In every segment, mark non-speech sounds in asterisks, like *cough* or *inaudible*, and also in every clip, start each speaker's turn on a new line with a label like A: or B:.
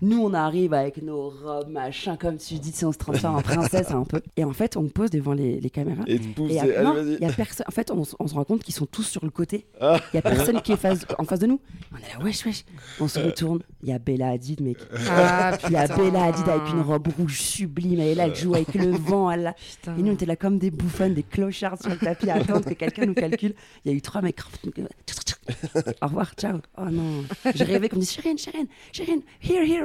A: Nous, on arrive avec nos robes, machin, comme tu dis, tu sais, on se transforme en princesse un peu. Et en fait, on pose devant les, les caméras.
B: Et pouf,
A: Et y a-
B: c'est- allez,
A: non,
B: vas-y.
A: y a personne. En fait, on, s- on se rend compte qu'ils sont tous sur le côté.
B: Ah.
A: Il y a personne qui est face- en face de nous. On est là, wesh, wesh. On se retourne. Il y a Bella Hadid, mec.
C: Ah,
A: Il y a Bella Hadid avec une robe rouge sublime. Elle est là, elle joue avec le vent. Elle... a-
C: Putain.
A: Et nous, on était là comme des bouffonnes, des clochards sur le tapis à attendre que quelqu'un nous calcule. Il y a eu trois mecs. Au revoir, ciao. Oh non. Je rêvais qu'on me dise Chérine, Chérine, Chérine, here, here,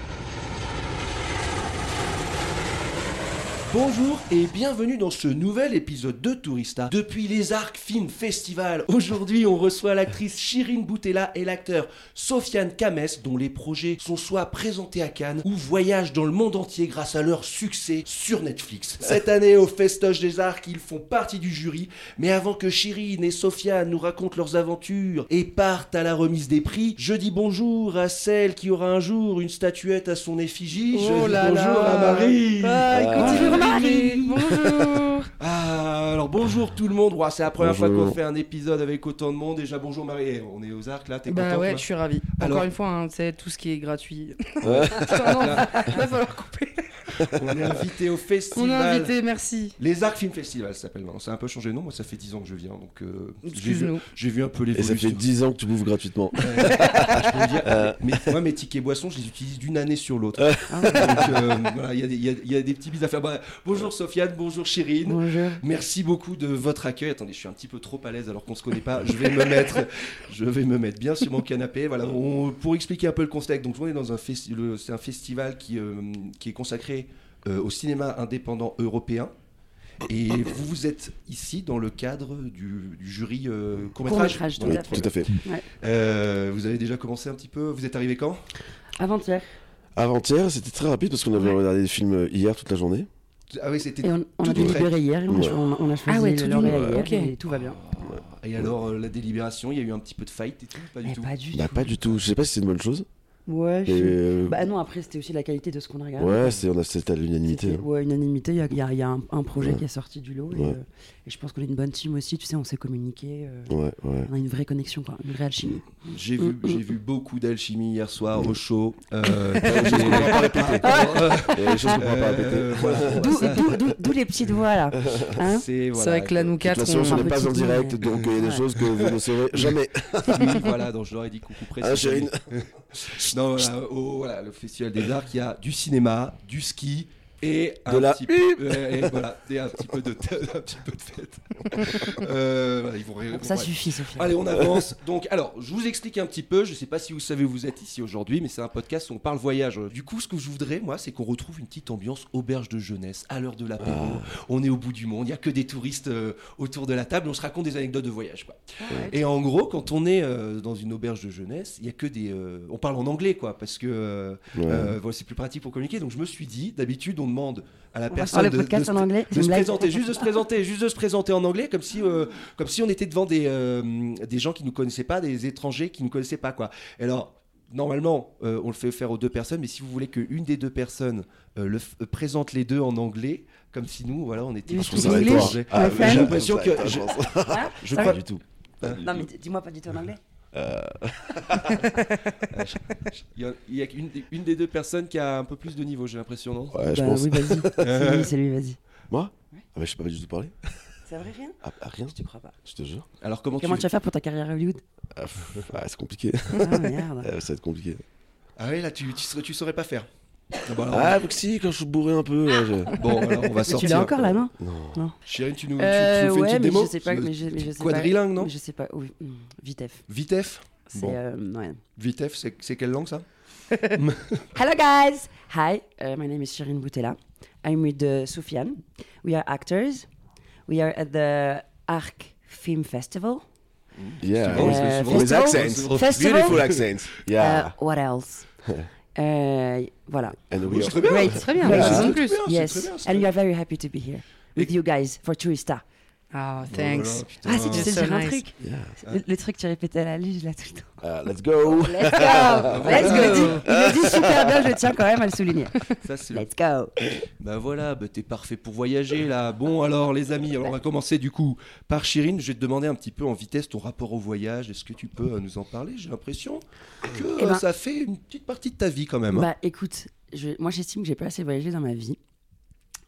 D: Bonjour et bienvenue dans ce nouvel épisode de Tourista. Depuis les Arcs Film Festival, aujourd'hui on reçoit l'actrice Shirin Boutella et l'acteur Sofiane Kames dont les projets sont soit présentés à Cannes ou voyagent dans le monde entier grâce à leur succès sur
C: *laughs*
D: Netflix. Cette année au Festoche des Arcs, ils font partie du jury, mais avant que Shirin et Sofiane nous racontent leurs aventures et partent à la remise des prix, je dis bonjour à celle qui aura un jour une statuette à son effigie. je
C: Oh
D: dis
C: là
D: bonjour
C: là.
D: à Marie.
C: Ah,
A: Bonjour,
C: écoute,
A: Marie.
C: Marie. Bonjour.
D: Ah, alors bonjour tout le monde. Ouah, c'est la première fois
B: Bonjour.
D: qu'on fait un épisode avec autant de monde. Déjà, bonjour Marie. Eh, On est aux arcs là, t'es
C: Bah
D: contente
C: ouais,
D: toi
C: je suis ravi.
D: Alors-
C: Encore une fois, hein, tu sais, tout ce qui est gratuit. *laughs*
B: Ouais.
C: Putain, non, va falloir couper.
D: On est invité au festival.
C: *laughs* On est invité, merci.
D: Les Arcs Film Festival ça s'appelle maintenant. Ça a un peu changé de nom. Moi, ça fait 10 ans que je viens. Donc, euh, j'ai vu,
C: Excuse-nous.
D: j'ai vu un peu les
B: Et ça fait 10 ans que tu bouffes gratuitement.
D: *laughs* mais moi, mes tickets boissons, je les utilise d'une année sur l'autre. Donc, euh, voilà, il y, a des- il y a- il y a des petits bis à faire. Bah, bonjour Sofiane, bonjour Chérine.
A: Bonjour.
D: Merci beaucoup de votre accueil. Attendez, je suis un petit peu trop à l'aise alors qu'on se connaît pas. Je vais me mettre, je vais me mettre bien sur mon canapé. Voilà, on- pour expliquer un peu le contexte. Donc, on est dans un festi- le- c'est un festival qui euh, qui est consacré euh, au cinéma indépendant européen. Et vous vous êtes ici dans le cadre du, du jury euh, court métrage.
A: Court-métrage, tout
B: Oui, tout à fait.
D: Euh, vous avez déjà commencé un petit peu. Vous êtes arrivé quand
A: Avant-hier.
B: Avant-hier, c'était très rapide parce qu'on avait
A: Ouais.
B: regardé des films euh, hier toute la journée.
D: Ah oui, c'était.
A: Et on, on a
D: Tout est
A: délibéré hier. et On, a-
B: Ouais.
A: on a- on a choisi
C: Ah ouais, tout
A: le
C: du
A: lauréat
C: monde,
A: hier.
C: ok.
A: Et tout va bien.
D: Et alors euh, la délibération, il y a eu un petit peu de fight et tout, pas du
A: Mais
D: tout.
A: pas du
B: Bah,
A: tout.
B: pas du tout. Je sais pas si c'est une bonne chose.
A: Ouais,
B: Et,
A: je suis-
B: euh,
A: Bah non, après, c'était aussi la qualité de ce qu'on a regardé.
B: ouais, c'est- on a c'était à l'unanimité.
A: C'était-
B: hein.
A: Ouais, unanimité. Il y a, il y a- il y a un, un projet
B: Ouais.
A: qui est sorti du lot. Et,
B: Ouais.
A: euh, et je pense qu'on est une bonne team aussi. Tu sais, on s'est communiqué. euh,
B: hein. Ouais,
A: *laughs*
B: ouais.
A: On a une vraie connexion, quoi. Une vraie alchimie.
D: J'ai
A: Mm,
D: vu,
A: mm,
D: j'ai
A: mm.
D: vu beaucoup d'alchimie hier soir
B: Mm.
D: au show. Euh,
B: *laughs* Il y a des choses qu'on pourra pas répéter.
D: Euh, voilà.
A: D'où d'où- d'où- d'où les petites voix, là. Hein
D: C'est
C: C'est
D: voilà,
C: vrai que là, nous
B: De toute
C: quatre,
B: façon,
A: on-
B: ce
A: un
B: n'est
A: peu
B: pas en
A: timide.
B: direct, donc euh, il y a des
A: Ouais.
B: choses que vous ne saurez jamais.
D: oui, voilà, donc je leur ai dit coucou presse.
B: Ah, Chérine.
D: *laughs* non, voilà, au- voilà, le Festival des Arts, il y a du cinéma, du ski et un
B: De la
D: petit peu, ouais, et voilà, et un petit peu de, *laughs* un petit peu de fête. Euh, voilà, ils vont rire.
A: Ça
D: Ouais.
A: suffit, Sophie.
D: Allez, on avance. *laughs* Donc, alors, je vous explique un petit peu. Je sais pas si vous savez où vous êtes ici aujourd'hui, mais c'est un podcast où on parle voyage. Du coup, ce que je voudrais, moi, c'est qu'on retrouve une petite ambiance auberge de jeunesse à l'heure de l'apéro.
A: Ah.
D: On est au bout du monde. Il y a que des touristes euh, autour de la table. On se raconte des anecdotes de voyage, quoi. Et en gros, quand on est euh, dans une auberge de jeunesse, il y a que des. euh, on parle en anglais, quoi, parce que euh,
B: Ouais.
D: euh, voilà, c'est plus pratique pour communiquer. Donc, je me suis dit, d'habitude, on demande à la
A: On va faire
D: personne
A: le
D: de-
A: podcast
D: de-
A: en anglais.
D: de
A: une
D: se
A: blague.
D: présenter, juste
A: *laughs*
D: de se présenter, juste de se présenter en anglais, comme si, euh, comme si on était devant des, euh, des gens qui nous connaissaient pas, des étrangers qui nous connaissaient pas, quoi. Et alors, normalement, euh, on le fait faire aux deux personnes, mais si vous voulez qu'une des deux personnes euh, le f- euh, présente les deux en anglais, comme si nous, voilà, on était.
A: You
B: Je trouve ça
A: English,
B: aléatoire.
A: my
B: Ah, mais J'ai Ah,
A: friend.
B: l'impression que.
D: Ça
B: Je
D: va
A: Ah,
B: je
A: ça
B: crois
A: va
B: du tout.
A: Non, mais d- dis-moi pas du tout en anglais.
D: Il y a, il y a une, des- une des deux personnes qui a un peu plus de niveau, j'ai l'impression, non
B: Ouais, je
A: bah
B: pense.
A: oui,
D: *laughs*
A: vas-y. C'est lui, c'est lui, vas-y.
B: Moi Ah, mais je sais pas du tout parler.
A: C'est vrai, rien
B: Ah, ah, rien,
A: Je te crois pas.
B: je te jure.
D: Alors, comment,
A: Comment
D: tu.
A: tu vas faire pour ta carrière à Hollywood
B: Ah, pff, ah, c'est compliqué. *laughs*
A: Ah, merde.
B: Euh, Ça va être compliqué.
D: Ah ouais, là, tu, tu, saurais- tu saurais pas faire. Ah, bah, alors,
B: Ah, donc si, quand je suis bourré un peu. là,
D: *laughs*
B: je-
D: Bon, alors on va
A: Tu
D: sortir.
A: l'as encore la main
B: Non.
D: Chérine, tu nous, tu- tu
A: Euh,
D: nous
A: ouais,
D: fais une
A: mais
D: petite démo
A: je sais pas. Mais je, mais je sais pas.
D: Quadrilingue, non
A: Je sais pas. Oui. hmm, Vitef.
D: Vitef
A: C'est.
D: Bon.
A: euh, ouais.
D: Vitef, c'est c'est quelle langue ça
A: Hello, guys. Hi. Uh, my name is Shirin Boutella. I'm with uh, Soufiane. We are actors. We are at the Arc Film Festival. Euh,
B: Yeah. Oh, les
A: festival.
B: accents.
A: Festival.
B: Beautiful accents. Yeah.
A: Uh, what else? uh, voilà.
E: Ah,
B: And we are-
D: très bien.
A: Great.
C: Très bien,
A: Great.
C: merci en plus.
D: bien. c'est
A: yes.
D: très bien, c'est
A: And
D: très
A: we are very happy to be here with you guys for Tourista.
C: Ah, thanks.
A: Ah, c'est que je
C: You're
A: sais
C: so
A: dire un
C: nice.
A: truc.
B: Yeah.
A: Le, le truc que tu répétais à la luge, là, tout le temps.
B: Ah, let's go.
A: Let's go! Let's go! Il le dit super bien, je tiens quand même à le souligner.
D: *laughs* Ça, c'est le-
A: Let's go!
D: Bah voilà, bah t'es parfait pour voyager là. Bon alors les amis, alors, on va commencer du coup par Chirine. Je vais te demander un petit peu en vitesse ton rapport au voyage. Est-ce que tu peux euh, nous en parler J'ai l'impression que
A: Eh
D: euh,
A: ben-
D: ça fait une petite partie de ta vie quand même. hein.
A: Bah écoute, je- moi j'estime que j'ai pas assez voyagé dans ma vie,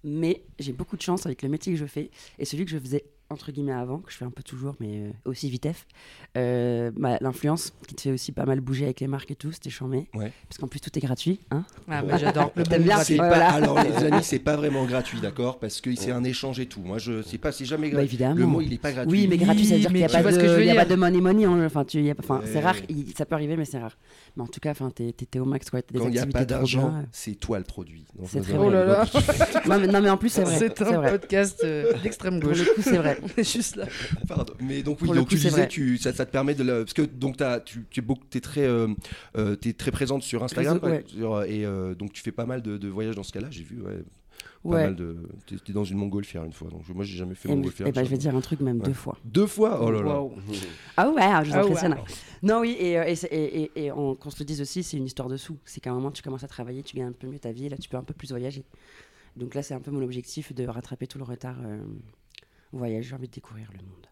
A: mais j'ai beaucoup de chance avec le métier que je fais et celui que je faisais entre guillemets avant, que je fais un peu toujours, mais euh, aussi vitef. Euh, bah, L'influence qui te fait aussi pas mal bouger avec les marques et tout, c'était charmé.
D: Ouais.
A: Parce qu'en plus tout est gratuit. Hein
C: Ah, bah, j'adore. Le
A: *laughs* T'aimes
C: bon
A: bien
D: C'est
C: gratuit.
D: pas-
A: Voilà.
D: alors
A: *laughs*
D: les amis, c'est pas vraiment gratuit, d'accord Parce que c'est un échange et tout. Moi, je sais pas, c'est jamais
A: Bah,
D: gratuit.
A: évidemment.
D: Le mot, il est pas gratuit.
A: Oui, mais gratuit, ça veut dire qu'il
C: mais
A: n'y a,
C: Ah, tu
A: pas
C: vois ce
A: de-
C: que je veux
A: il y a
C: dire.
A: pas de money money. hein, Enfin, tu- il y a- enfin,
D: Ouais.
A: c'est rare, il- ça peut arriver, mais c'est rare. Mais en tout cas, enfin, t'es t'es- t'es au max, quoi. T'as des
D: Quand il n'y a
A: activités
D: pas
A: trop bien,
D: d'argent,
A: euh. *laughs*
D: c'est toi le produit. Donc,
A: C'est
D: vous
A: très
D: avez-
C: Oh là là.
A: Non, mais, non, mais en plus,
C: *laughs*
A: c'est vrai.
C: C'est un
A: vrai.
C: podcast euh, d'extrême
A: Pour
C: gauche.
A: le coup, c'est vrai.
C: *laughs* On est juste là.
D: Pardon. Mais donc oui,
A: Pour le
D: donc
A: coup,
D: tu
A: c'est
D: disais,
A: vrai.
D: tu, ça, ça te permet de, la- parce que donc t'as- tu, tu es beaucoup, t'es très, euh, euh, t'es très présente sur Instagram,
A: Réseau, ouais.
D: sur- et euh, donc tu fais pas mal de, de voyages dans ce cas-là. J'ai vu, ouais, pas
A: Ouais.
D: mal de. T'es t'es dans une montgolfière une fois, donc moi j'ai jamais fait
A: Et,
D: montgolfière.
A: et ben,
D: ça.
A: je vais dire un truc même
D: Ouais.
A: deux fois.
D: Deux fois, oh là là.
C: Waouh.
A: Ah ouais, je vous
C: Ah ouais.
A: impressionne. Non, oui, et, euh, et c'est- et- et- et on- qu'on se le dise aussi, c'est une histoire de sous. C'est qu'à un moment, tu commences à travailler, tu gagnes un peu mieux ta vie, là, tu peux un peu plus voyager. Donc là, c'est un peu mon objectif de rattraper tout le retard euh, au voyage. J'ai envie de découvrir le monde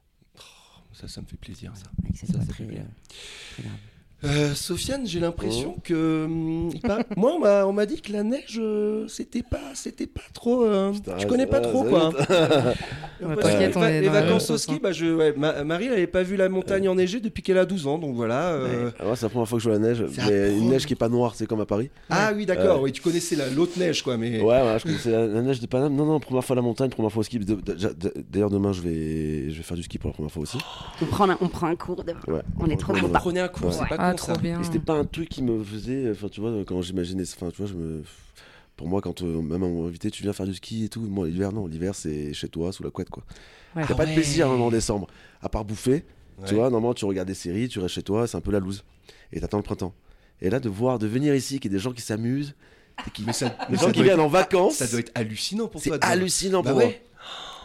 D: Ça, ça me fait plaisir. Ça.
A: avec cette
D: Ça,
A: voix
D: ça
A: très,
D: fait bien.
A: euh, très grave.
D: Euh, Sofiane, j'ai l'impression que hum, il par- moi on m'a on m'a dit que la neige euh, c'était pas c'était pas trop euh,
B: Putain,
D: je connais
B: ça
D: pas
B: va,
D: trop
B: ça
D: quoi.
B: va
C: Ouais,
D: Parce que
C: T'inquiète,
D: les,
C: on
D: va-
C: est
D: les
C: dans la
D: vacances
C: même
D: au
C: sauce, hein.
D: ski, bah je, ouais, ma- Marie elle avait pas vu la montagne enneigée depuis qu'elle a 12 ans, donc voilà. euh,
B: Ah ouais, c'est la première fois que je vois la neige,
D: C'est la
B: mais une
D: première-
B: neige qui est pas noire, c'est comme à Paris.
D: Ah oui d'accord, oui tu connaissais la- l'autre neige quoi, mais
B: Ouais, ouais, je connaissais la, la neige de Paname. Non, non, première fois la montagne, première fois au ski. De- de- de- D'ailleurs, demain, je vais, je vais faire du ski pour la première fois aussi.
A: On, prend un, on prend un cours de...
B: Ouais.
A: On est trop
B: Ouais.
A: contents.
D: Ah, prenez un coup,
B: Ouais.
D: c'est pas
C: Ah,
D: con,
C: trop
D: ça.
C: bien.
B: Et c'était pas un truc qui me faisait. Enfin, tu vois, quand j'imaginais. Enfin, tu vois, je me. Pour moi, quand euh, même on m'a invité, tu viens faire du ski et tout. Moi, l'hiver, non. L'hiver, c'est chez toi, sous la couette, quoi.
C: Ah Ouais.
B: T'as pas de plaisir hein, en décembre, à part bouffer.
D: Ouais.
B: Tu vois, normalement, tu regardes des séries, tu restes chez toi, c'est un peu la loose. Et t'attends le printemps. Et là, de voir, de venir ici, qu'il y ait des gens qui s'amusent,
D: Mais ça, mais
B: des
D: ça
B: gens qui
D: doit,
B: viennent
D: être,
B: en vacances.
D: ça doit être hallucinant pour toi.
B: C'est
D: de-
B: hallucinant
D: Bah
B: pour
D: ouais.
B: moi.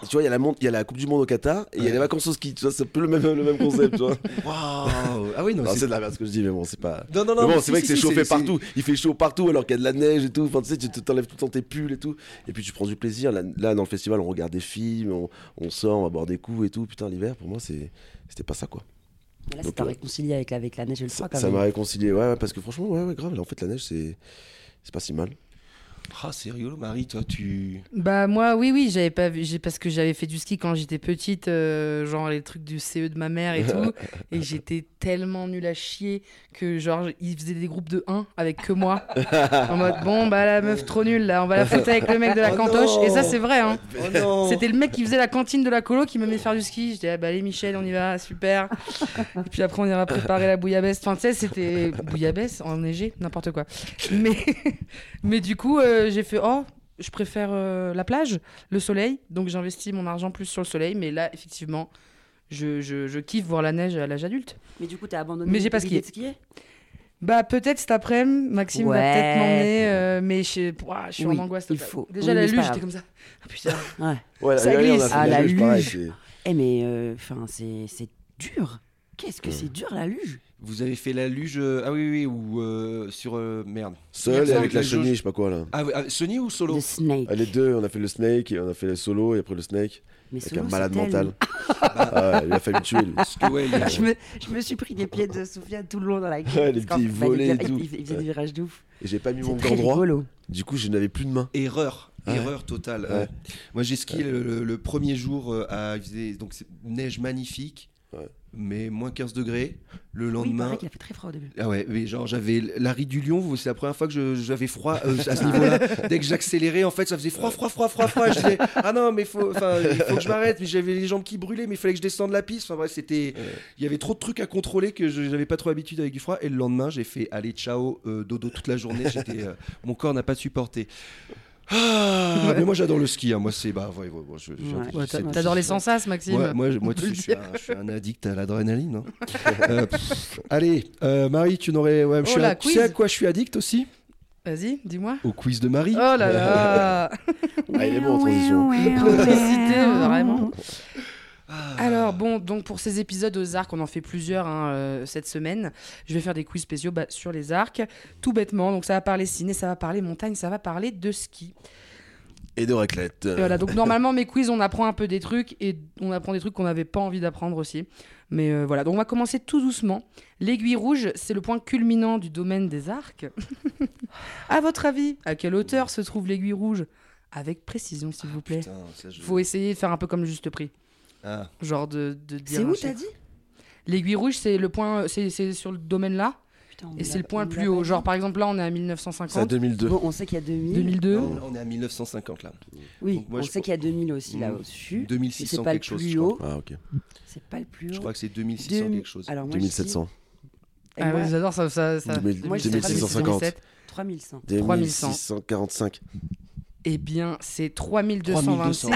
B: Tu vois, il y, a la monte- il y a la Coupe du Monde au Qatar et il y
D: Ouais.
B: a les vacances au ski. Tu vois, c'est un peu le même, le même concept. Tu
D: *laughs*
B: vois.
D: Waouh. Ah oui non,
B: Non,
D: c'est-
B: c'est de la merde ce que je dis, mais bon, c'est pas.
D: non non
B: Mais bon,
D: non. mais
B: c'est
D: si,
B: vrai
D: si,
B: que c'est
D: si,
B: chauffé partout. Il fait chaud partout alors qu'il y a de la neige et tout. Enfin, tu sais, tu te- t'enlèves tout le temps tes pulls et tout. Et puis tu prends du plaisir. Là, là, dans le festival, on regarde des films, on, on sort, on va boire des coups et tout. Putain, l'hiver, pour moi, c'est- c'était pas ça quoi.
A: Là,
B: Donc,
A: c'est à
B: ouais.
A: réconcilier avec, la- avec la neige et le
B: Ça
A: froid, quand
B: ça m'a
A: même.
B: réconcilié. Ouais, ouais, parce que franchement, ouais, ouais, grave. Là, en fait, la neige, c'est c'est pas si mal.
D: Ah c'est rigolo Marie, toi tu.
C: Bah moi oui oui j'avais pas vu j'ai parce que j'avais fait du ski quand j'étais petite euh, genre les trucs du CE de ma mère et
D: *laughs*
C: tout et j'étais tellement nulle à chier que genre ils faisaient des groupes de 1 avec que moi
D: *laughs*
C: en mode bon bah la meuf trop nulle là on va la foutre avec le mec de la
D: Oh
C: cantoche et ça
D: non.
C: c'est vrai hein
D: *laughs* Oh non.
C: c'était le mec qui faisait la cantine de la colo qui me met faire du ski. Je dis, ah bah allez Michel, on y va, super. *laughs* Et puis après, on ira préparer la bouillabaisse. Enfin, tu sais, c'était bouillabaisse enneigée, n'importe quoi. Mais, *laughs* mais du coup, euh, j'ai fait, oh, je préfère euh, la plage, le soleil. Donc j'investis mon argent plus sur le soleil. Mais là, effectivement, je, je, je kiffe voir la neige à l'âge adulte.
A: Mais du coup, t'as abandonné
C: Mais j'ai pas
A: l'idée
C: skié.
A: de skier
C: Bah peut-être cet après-midi, Maxime va
A: Ouais.
C: peut-être m'emmener. euh, mais je, ouah, je suis
A: Oui,
C: en angoisse.
A: il
C: totale.
A: faut.
C: Déjà,
A: Oui, mais
C: la
A: c'est
C: luge,
A: pas
C: j'étais comme ça. Ah putain.
A: *laughs* Ouais.
B: Ouais,
C: Ça
B: luge, on a
C: glisse.
B: fait
A: Ah,
B: la
A: la
B: luge, pareil,
A: luge.
B: c'est-
A: Eh, mais, enfin, c'est c'est dur. Qu'est-ce que c'est dur, la luge
D: Vous avez fait la luge, euh, ah oui, oui, ou euh, sur. euh, merde.
B: Seul et
D: Personne
B: avec la
D: qui joue.
B: chenille, je sais pas quoi là.
D: Ah, oui, ah, Sony ou solo
A: Le snake.
B: Ah, les deux, on a fait le snake, et on a fait le solo et après le snake.
A: Mais
B: Avec
A: solo,
B: un malade
A: c'est tellement-
B: mental. *laughs* Ah ouais, il a fallu me tuer lui.
D: Parce que, ouais, il y
B: *laughs*
D: a-
A: Ah, je, me, je me suis pris des pieds de Soufiane tout le long dans la gueule.
B: Ouais, les
A: parce qu'en
B: petits
A: fait,
B: volets
A: il,
B: et tout.
A: il- il faisait des virages de ouf.
B: Et j'ai pas mis mon
A: C'est
B: gant
A: très
B: droit.
A: rigolo.
B: Du coup, je n'avais plus de main.
D: Erreur,
B: Hein. Ah Ouais.
D: erreur totale.
B: Ouais.
D: euh, Moi j'ai skié le, le- le premier jour euh, à il faisait- donc c'est- neige magnifique.
B: Ouais.
D: mais moins 15 degrés. Le
A: Oui, il
D: lendemain.
A: paraît qu'il a fait très froid au début.
D: Ah ouais, mais genre j'avais Larry du Lion, c'est la première fois que je- j'avais froid euh, à ce niveau-là. Dès que j'accélérais, en fait, ça faisait froid, froid, froid, froid, froid. Et Je disais, ah non, mais faut, enfin, il faut que je m'arrête. Mais j'avais les jambes qui brûlaient, mais il fallait que je descende la piste. Enfin bref, c'était, il y avait trop de trucs à contrôler que je n'avais pas trop habitude avec du froid. Et le lendemain, j'ai fait, allez, ciao, euh, dodo toute la journée. J'étais, euh, mon corps n'a pas supporté. Ah, mais moi j'adore le ski. hein. Moi c'est bah ouais, ouais, ouais, je- je-
A: Ouais,
C: Ouais, t'a-
D: c'est-
C: T'adores les sensas, Maxime.
D: Ouais, moi, je- moi,
C: On
D: tu
C: peut
D: sais,
C: le
D: je, suis un, je suis un addict à l'adrénaline. hein.
C: *laughs*
D: Euh, pff, allez, euh, Marie, tu n'aurais. ouais, je suis
C: là,
D: un- tu sais à
C: Oh, quiz.
D: quoi je suis addict aussi
C: Vas-y, dis-moi.
D: Au quiz de Marie.
C: Oh là
D: *laughs*
C: là
B: Ah, il est bon en transition.
C: Complicité, vraiment. Ah. Alors bon, donc pour ces épisodes aux arcs, on en fait plusieurs hein, euh, cette semaine. Je vais faire des quiz spéciaux bah, sur les arcs, tout bêtement. Donc ça va parler ciné, ça va parler montagne, ça va parler de ski.
B: Et de raclette.
C: Et voilà, donc normalement mes quiz, on apprend un peu des trucs et on apprend des trucs qu'on n'avait pas envie d'apprendre aussi. Mais euh, voilà, donc on va commencer tout doucement. L'aiguille rouge, c'est le point culminant du domaine des arcs. *laughs* à votre avis, à quelle hauteur se trouve l'aiguille rouge Avec précision, s'il vous plaît.
D: Putain, ça, je-
C: Faut essayer de faire un peu comme le juste prix.
D: Ah,
C: Genre de, de dire.
A: C'est
C: un
A: où
C: chiffre.
A: t'as dit
C: L'aiguille rouge, c'est le point, c'est c'est sur le domaine là,
A: Putain, on
C: et c'est
A: l'a-
C: le point
A: on
C: le
A: l'a
C: plus haut.
A: pas
C: Genre
A: dit.
C: par exemple là, on est à
B: C'est à
C: 1950,
B: 2002.
A: Bon, on sait qu'il y a 2000.
C: 2002.
D: non, on est à 1950 là.
A: Oui,
D: Donc moi,
A: on
D: je-
A: sait qu'il y a 2000 aussi
D: Mm.
A: là-dessus. mais
D: 2600
A: C'est pas le
D: quelque chose, je
A: plus
D: crois.
A: haut.
B: Ah, ok.
A: C'est pas le plus haut.
D: Je crois que c'est 2600
A: Deux-
D: quelque chose.
A: Alors moi, je dis
B: 2700.
A: Et
C: Ah
A: moi,
C: ouais, j'adore ça. ça, ça.
B: Deux mille-
A: moi, je sais pas,
B: 2650.
C: 2017.
A: 3100.
B: 2645.
C: Eh bien, c'est 3226.
D: Oh,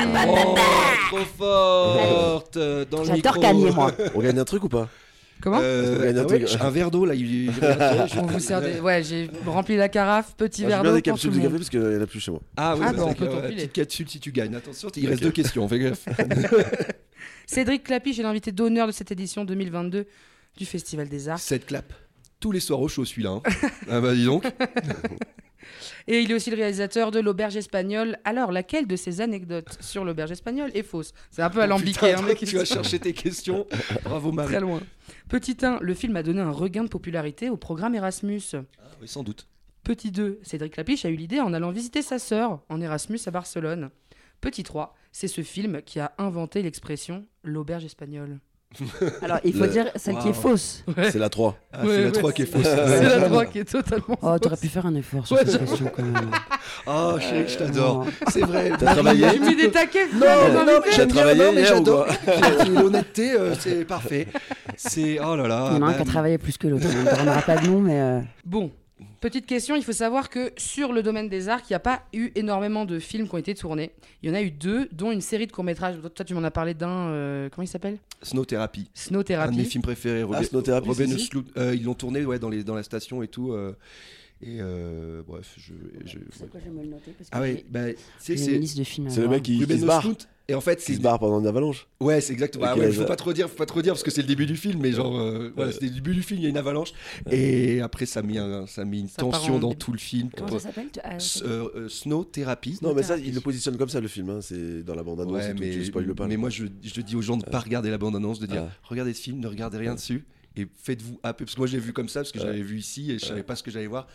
D: trop forte euh, dans le
A: J'adore
D: micro.
A: gagner, moi.
B: On gagne un truc
A: *laughs*
B: ou pas Ah,
C: Comment
D: *laughs* Euh,
B: On gagne un
D: ah ouais,
B: truc.
D: j'ai un verre d'eau là. il-
C: *laughs* On vous sert
B: *laughs*
C: des. Ouais, j'ai rempli la carafe, petit
B: Ah, J'ai
C: verre
B: bien
C: d'eau
B: des
C: pour tout
B: capsules
C: le
B: de café
C: monde.
B: parce qu'il n'y en a plus chez moi.
D: Ah oui,
C: Ah,
D: bah,
C: bah, on
D: d'accord,
C: peut t'en
D: ouais,
C: filer.
D: petite capsule si tu gagnes. Attention, il reste
B: Ok.
D: deux questions, fais gaffe.
C: *laughs* Cédric Clapiche est l'invité d'honneur de cette édition 2022 du Festival des Arts.
D: Cette clap. Tous les soirs au show celui-là. hein. ah bah dis donc.
C: Et il est aussi le réalisateur de L'Auberge Espagnole. Alors, laquelle de ces anecdotes sur L'Auberge Espagnole est fausse C'est un peu alambiqué,
D: Oh, Putain,
C: hein,
D: toi,
C: mais
D: tu vas chercher tes questions. *laughs* Bravo Marie.
C: Très loin. Petit 1, le film a donné un regain de popularité au programme Erasmus.
D: Oui, sans doute.
C: Petit 2, Cédric Lapiche a eu l'idée en allant visiter sa sœur en Erasmus à Barcelone. Petit 3, c'est ce film qui a inventé l'expression l'auberge espagnole.
A: Alors, il faut
B: Le-
A: dire celle qui est *laughs*
D: Wow.
A: fausse.
B: C'est la 3.
D: Ah,
C: Ouais,
D: c'est la
C: ouais,
D: 3 qui est fausse.
C: C'est la 3 qui est totalement
A: Oh,
C: fausse.
A: t'aurais pu faire un effort sur
C: Ouais,
A: cette question quand *laughs* même.
D: Ah, je, je t'adore.
A: Non.
D: C'est vrai.
B: T'as travaillé
C: *laughs* Tu mets des taquets
D: Non,
C: frère,
D: non,
C: dans
D: non,
C: l'idée.
D: mais
B: T'as
D: j'aime bien,
B: travaillé
D: non, mais
B: hier ou
D: j'adore. L'honnêteté, euh, c'est parfait. C'est. Oh là là.
A: Il y en a un
D: bah,
A: qui a travaillé plus que l'autre. On ne donnera pas de nom, mais. euh,
C: Bon, petite question, il faut savoir que sur le domaine des arts, il n'y a pas eu énormément de films qui ont été tournés. Il y en a eu deux, dont une série de courts-métrages. Toi, tu m'en as parlé d'un, euh, comment il s'appelle
D: Snow Therapy.
C: Snow
D: Un de mes
C: Therapy.
D: films préférés. Robin,
B: Ah, Snow Therapy,
D: Robin
B: c'est
D: Hood
B: ici
D: Sloot. Euh, ils l'ont tourné ouais, dans, les, dans la station et tout. euh, et euh, bref, je. je-
A: C'est quoi, je vais me le noter parce que
D: Ah ouais,
A: j'ai-
D: bah,
A: j'ai
D: c'est.
A: une
D: c'est-
A: liste de films. à
B: C'est le
A: voir.
B: mec qui, qui
D: Ruben
B: se
D: Hood
B: barre.
D: Sloot. Et en fait,
B: Qui
D: c'est
B: se barre pendant une avalanche.
D: Ouais, c'est exactement.
B: Ok,
D: Ah ouais,
B: je-
D: faut pas trop dire, faut pas trop dire parce que c'est le début du film, mais genre, euh, voilà, c'est le début du film, il y a une avalanche et après ça a mis, un- ça a mis une
C: Ça part en
D: tension dans
C: début.
D: tout le film.
A: Comment ça s'appelle tu- ah,
D: S- euh, euh, Snow Therapy.
B: Non, mais ça, il le positionne comme ça le film. hein. C'est dans la bande annonce.
D: ouais, mais,
B: tu spoil pas.
D: mais
B: là.
D: moi je, je dis aux gens de pas regarder la bande annonce, de dire
B: Ouais.
D: regardez ce film, ne regardez rien dessus et faites-vous happer parce que moi j'ai vu comme ça parce que j'avais vu ici et je savais pas ce que j'allais voir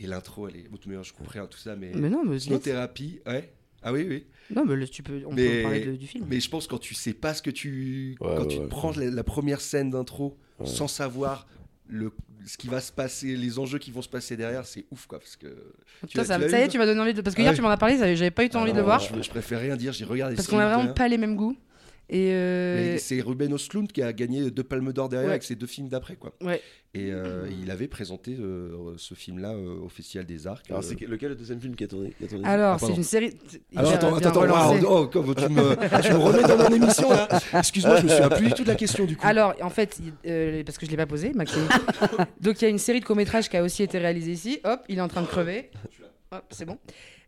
D: et l'intro elle est, bon, de toute manière, je comprends rien tout ça, mais,
C: Mais non, mais,
D: Snow Therapy, ouais. Ah oui, oui.
C: non, mais le- tu peux, on
D: mais,
C: peut parler de- du film.
D: Mais je pense quand tu sais pas ce que tu.
B: Ouais,
D: quand
B: ouais,
D: tu te
B: ouais,
D: prends la, la première scène d'intro sans savoir le, ce qui va se passer, les enjeux qui vont se passer derrière, c'est ouf quoi. Parce que. tu
C: Toi,
D: l'as-
C: ça,
D: tu l'as
C: ça
D: eu,
C: y est, tu m'as donné envie de. Parce que
D: Ah
C: hier,
D: oui.
C: tu m'en as parlé, ça- j'avais pas eu tant envie de le voir.
D: Ah Je, je préfère rien dire, j'ai regardé
C: Parce
D: ce
C: qu'on a
D: film
C: vraiment
D: derrière.
C: pas les mêmes goûts. Et. euh,
D: Mais C'est Ruben Östlund qui a gagné deux palmes d'or derrière
C: Ouais.
D: avec ses deux films d'après quoi.
C: Ouais.
D: Et euh, il avait présenté euh, ce film là au Festival des Arcs.
B: Alors,
D: euh,
B: c'est que- lequel le deuxième film qui a tourné, qui a tourné
C: Alors,
D: Ah,
C: c'est
D: pardon.
C: une série.
D: Alors
C: Hyper bien
D: attends, attends, attends,
C: relancée.
D: oh, comme tu me, tu me remets dans mon émission là. Excuse-moi, je me souviens plus du tout de la question du coup.
C: Alors, en fait, il- euh, parce que je l'ai pas posé, Maxime.
D: *laughs*
C: Donc, il y a une série de courts-métrages qui a aussi été réalisée ici. Hop, il est en train de crever. Hop, c'est bon.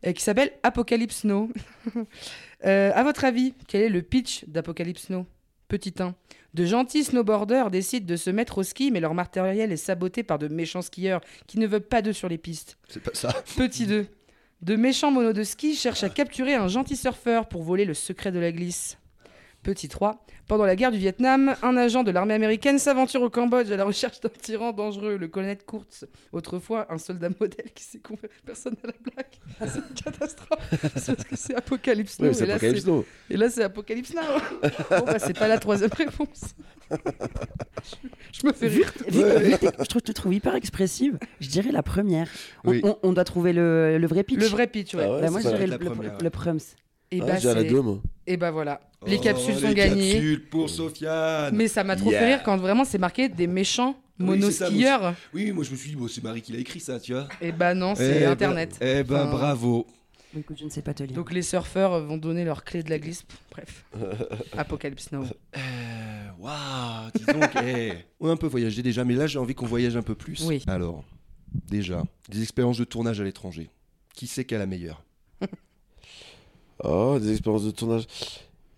C: Euh, qui s'appelle Apocalypse Now. *laughs* Euh, à votre avis, quel est le pitch d'Apocalypse Now Petit 1. De gentils snowboarders décident de se mettre au ski, mais leur matériel est saboté par de méchants skieurs qui ne veulent pas d'eux sur les pistes.
D: C'est pas ça.
C: Petit 2. De méchants monos de ski cherchent à capturer un gentil surfeur pour voler le secret de la glisse. Petit 3. Pendant la guerre du Vietnam, un agent de l'armée américaine s'aventure au Cambodge à la recherche d'un tyran dangereux, le colonel Kurtz, autrefois un soldat modèle qui s'est converti. Personne à la blague. Ah, C'est une catastrophe. C'est parce que c'est Apocalypse Now.
B: Ouais, c'est
C: et là,
B: Apocalypse Now.
C: c'est- et là, c'est Apocalypse Now. bon, bah, c'est pas la troisième réponse. Je me fais rire.
A: Vu- vu- je trouve, te trouve hyper expressive. Je dirais la première. On,
D: Oui.
A: on- on doit trouver le, le vrai pitch.
C: Le vrai pitch, ouais.
B: Ah ouais,
A: Bah, moi,
B: c'est
A: je
B: pas
A: dirais
D: la
A: le, le,
D: première, ouais.
A: le Prums.
C: Et
B: Ah,
C: bah,
B: j'ai à la
C: c'est-
B: deux, moi.
C: et bah voilà. Les
D: Oh,
C: capsules sont
D: les
C: gagnées.
D: capsules Oh. pour Sofiane.
C: Mais ça m'a trop fait
B: Yeah.
C: rire quand vraiment c'est marqué des méchants
D: Oui, c'est ça,
C: monoskieurs.
D: Oui, moi je me suis dit, bon, c'est Marie qui l'a écrit ça, tu vois.
C: Et bah non, c'est
D: Eh ben-
C: internet.
D: eh ben,
C: Enfin,
D: bravo.
A: Bon, Écoute, je ne sais pas te lire.
C: Donc les surfeurs vont donner leur clé de la glisse.
D: *laughs*
C: Bref. Apocalypse Now.
D: Euh, Waouh, dis *laughs* donc, eh. On a un peu voyagé déjà, mais là j'ai envie qu'on voyage un peu plus.
C: Oui.
D: Alors, déjà, des expériences de tournage à l'étranger. Qui c'est qui a la meilleure
B: Oh, des expériences de tournage.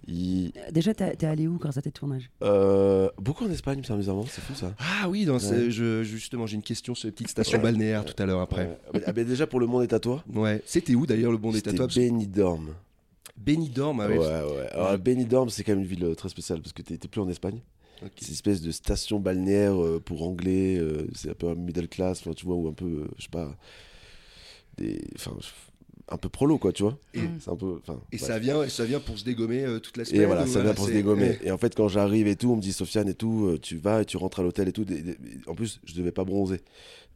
B: Il-
A: Euh, Déjà, t'es t'es allé où grâce à tes tournages
B: euh, beaucoup en Espagne, c'est amusant, c'est fou ça.
D: Ah oui, dans ce- je- justement, j'ai une question sur les *laughs* petites stations balnéaires tout à l'heure après.
B: Ouais. Ah, bah, ah, bah, déjà pour le monde est à toi.
D: Ouais. C'était où d'ailleurs le bon des
B: C'était
D: tatouages
B: Benidorm.
D: Benidorm, ah
B: Ouais,
D: ouais.
B: ouais. Alors, Benidorm, c'est quand même une ville euh, très spéciale parce que t'es t'es plus en Espagne.
D: Ok.
B: C'est une espèce de station balnéaire euh, pour anglais, euh, c'est un peu un middle class, enfin, tu vois, ou un peu, euh, je sais pas, des, enfin, je- un peu prolo, quoi, tu vois.
D: Et-
A: Mm.
B: C'est un peu, enfin,
D: Et
B: bref.
D: ça vient, ça vient pour se dégommer euh, toute la
B: Et
D: semaine.
B: voilà,
D: ou
B: ça vient pour se
D: c'est-
B: dégommer. Et en fait, quand j'arrive et tout, on me dit Sofiane et tout, euh, tu vas et tu rentres à l'hôtel et tout. Des- des- En plus, je devais pas bronzer.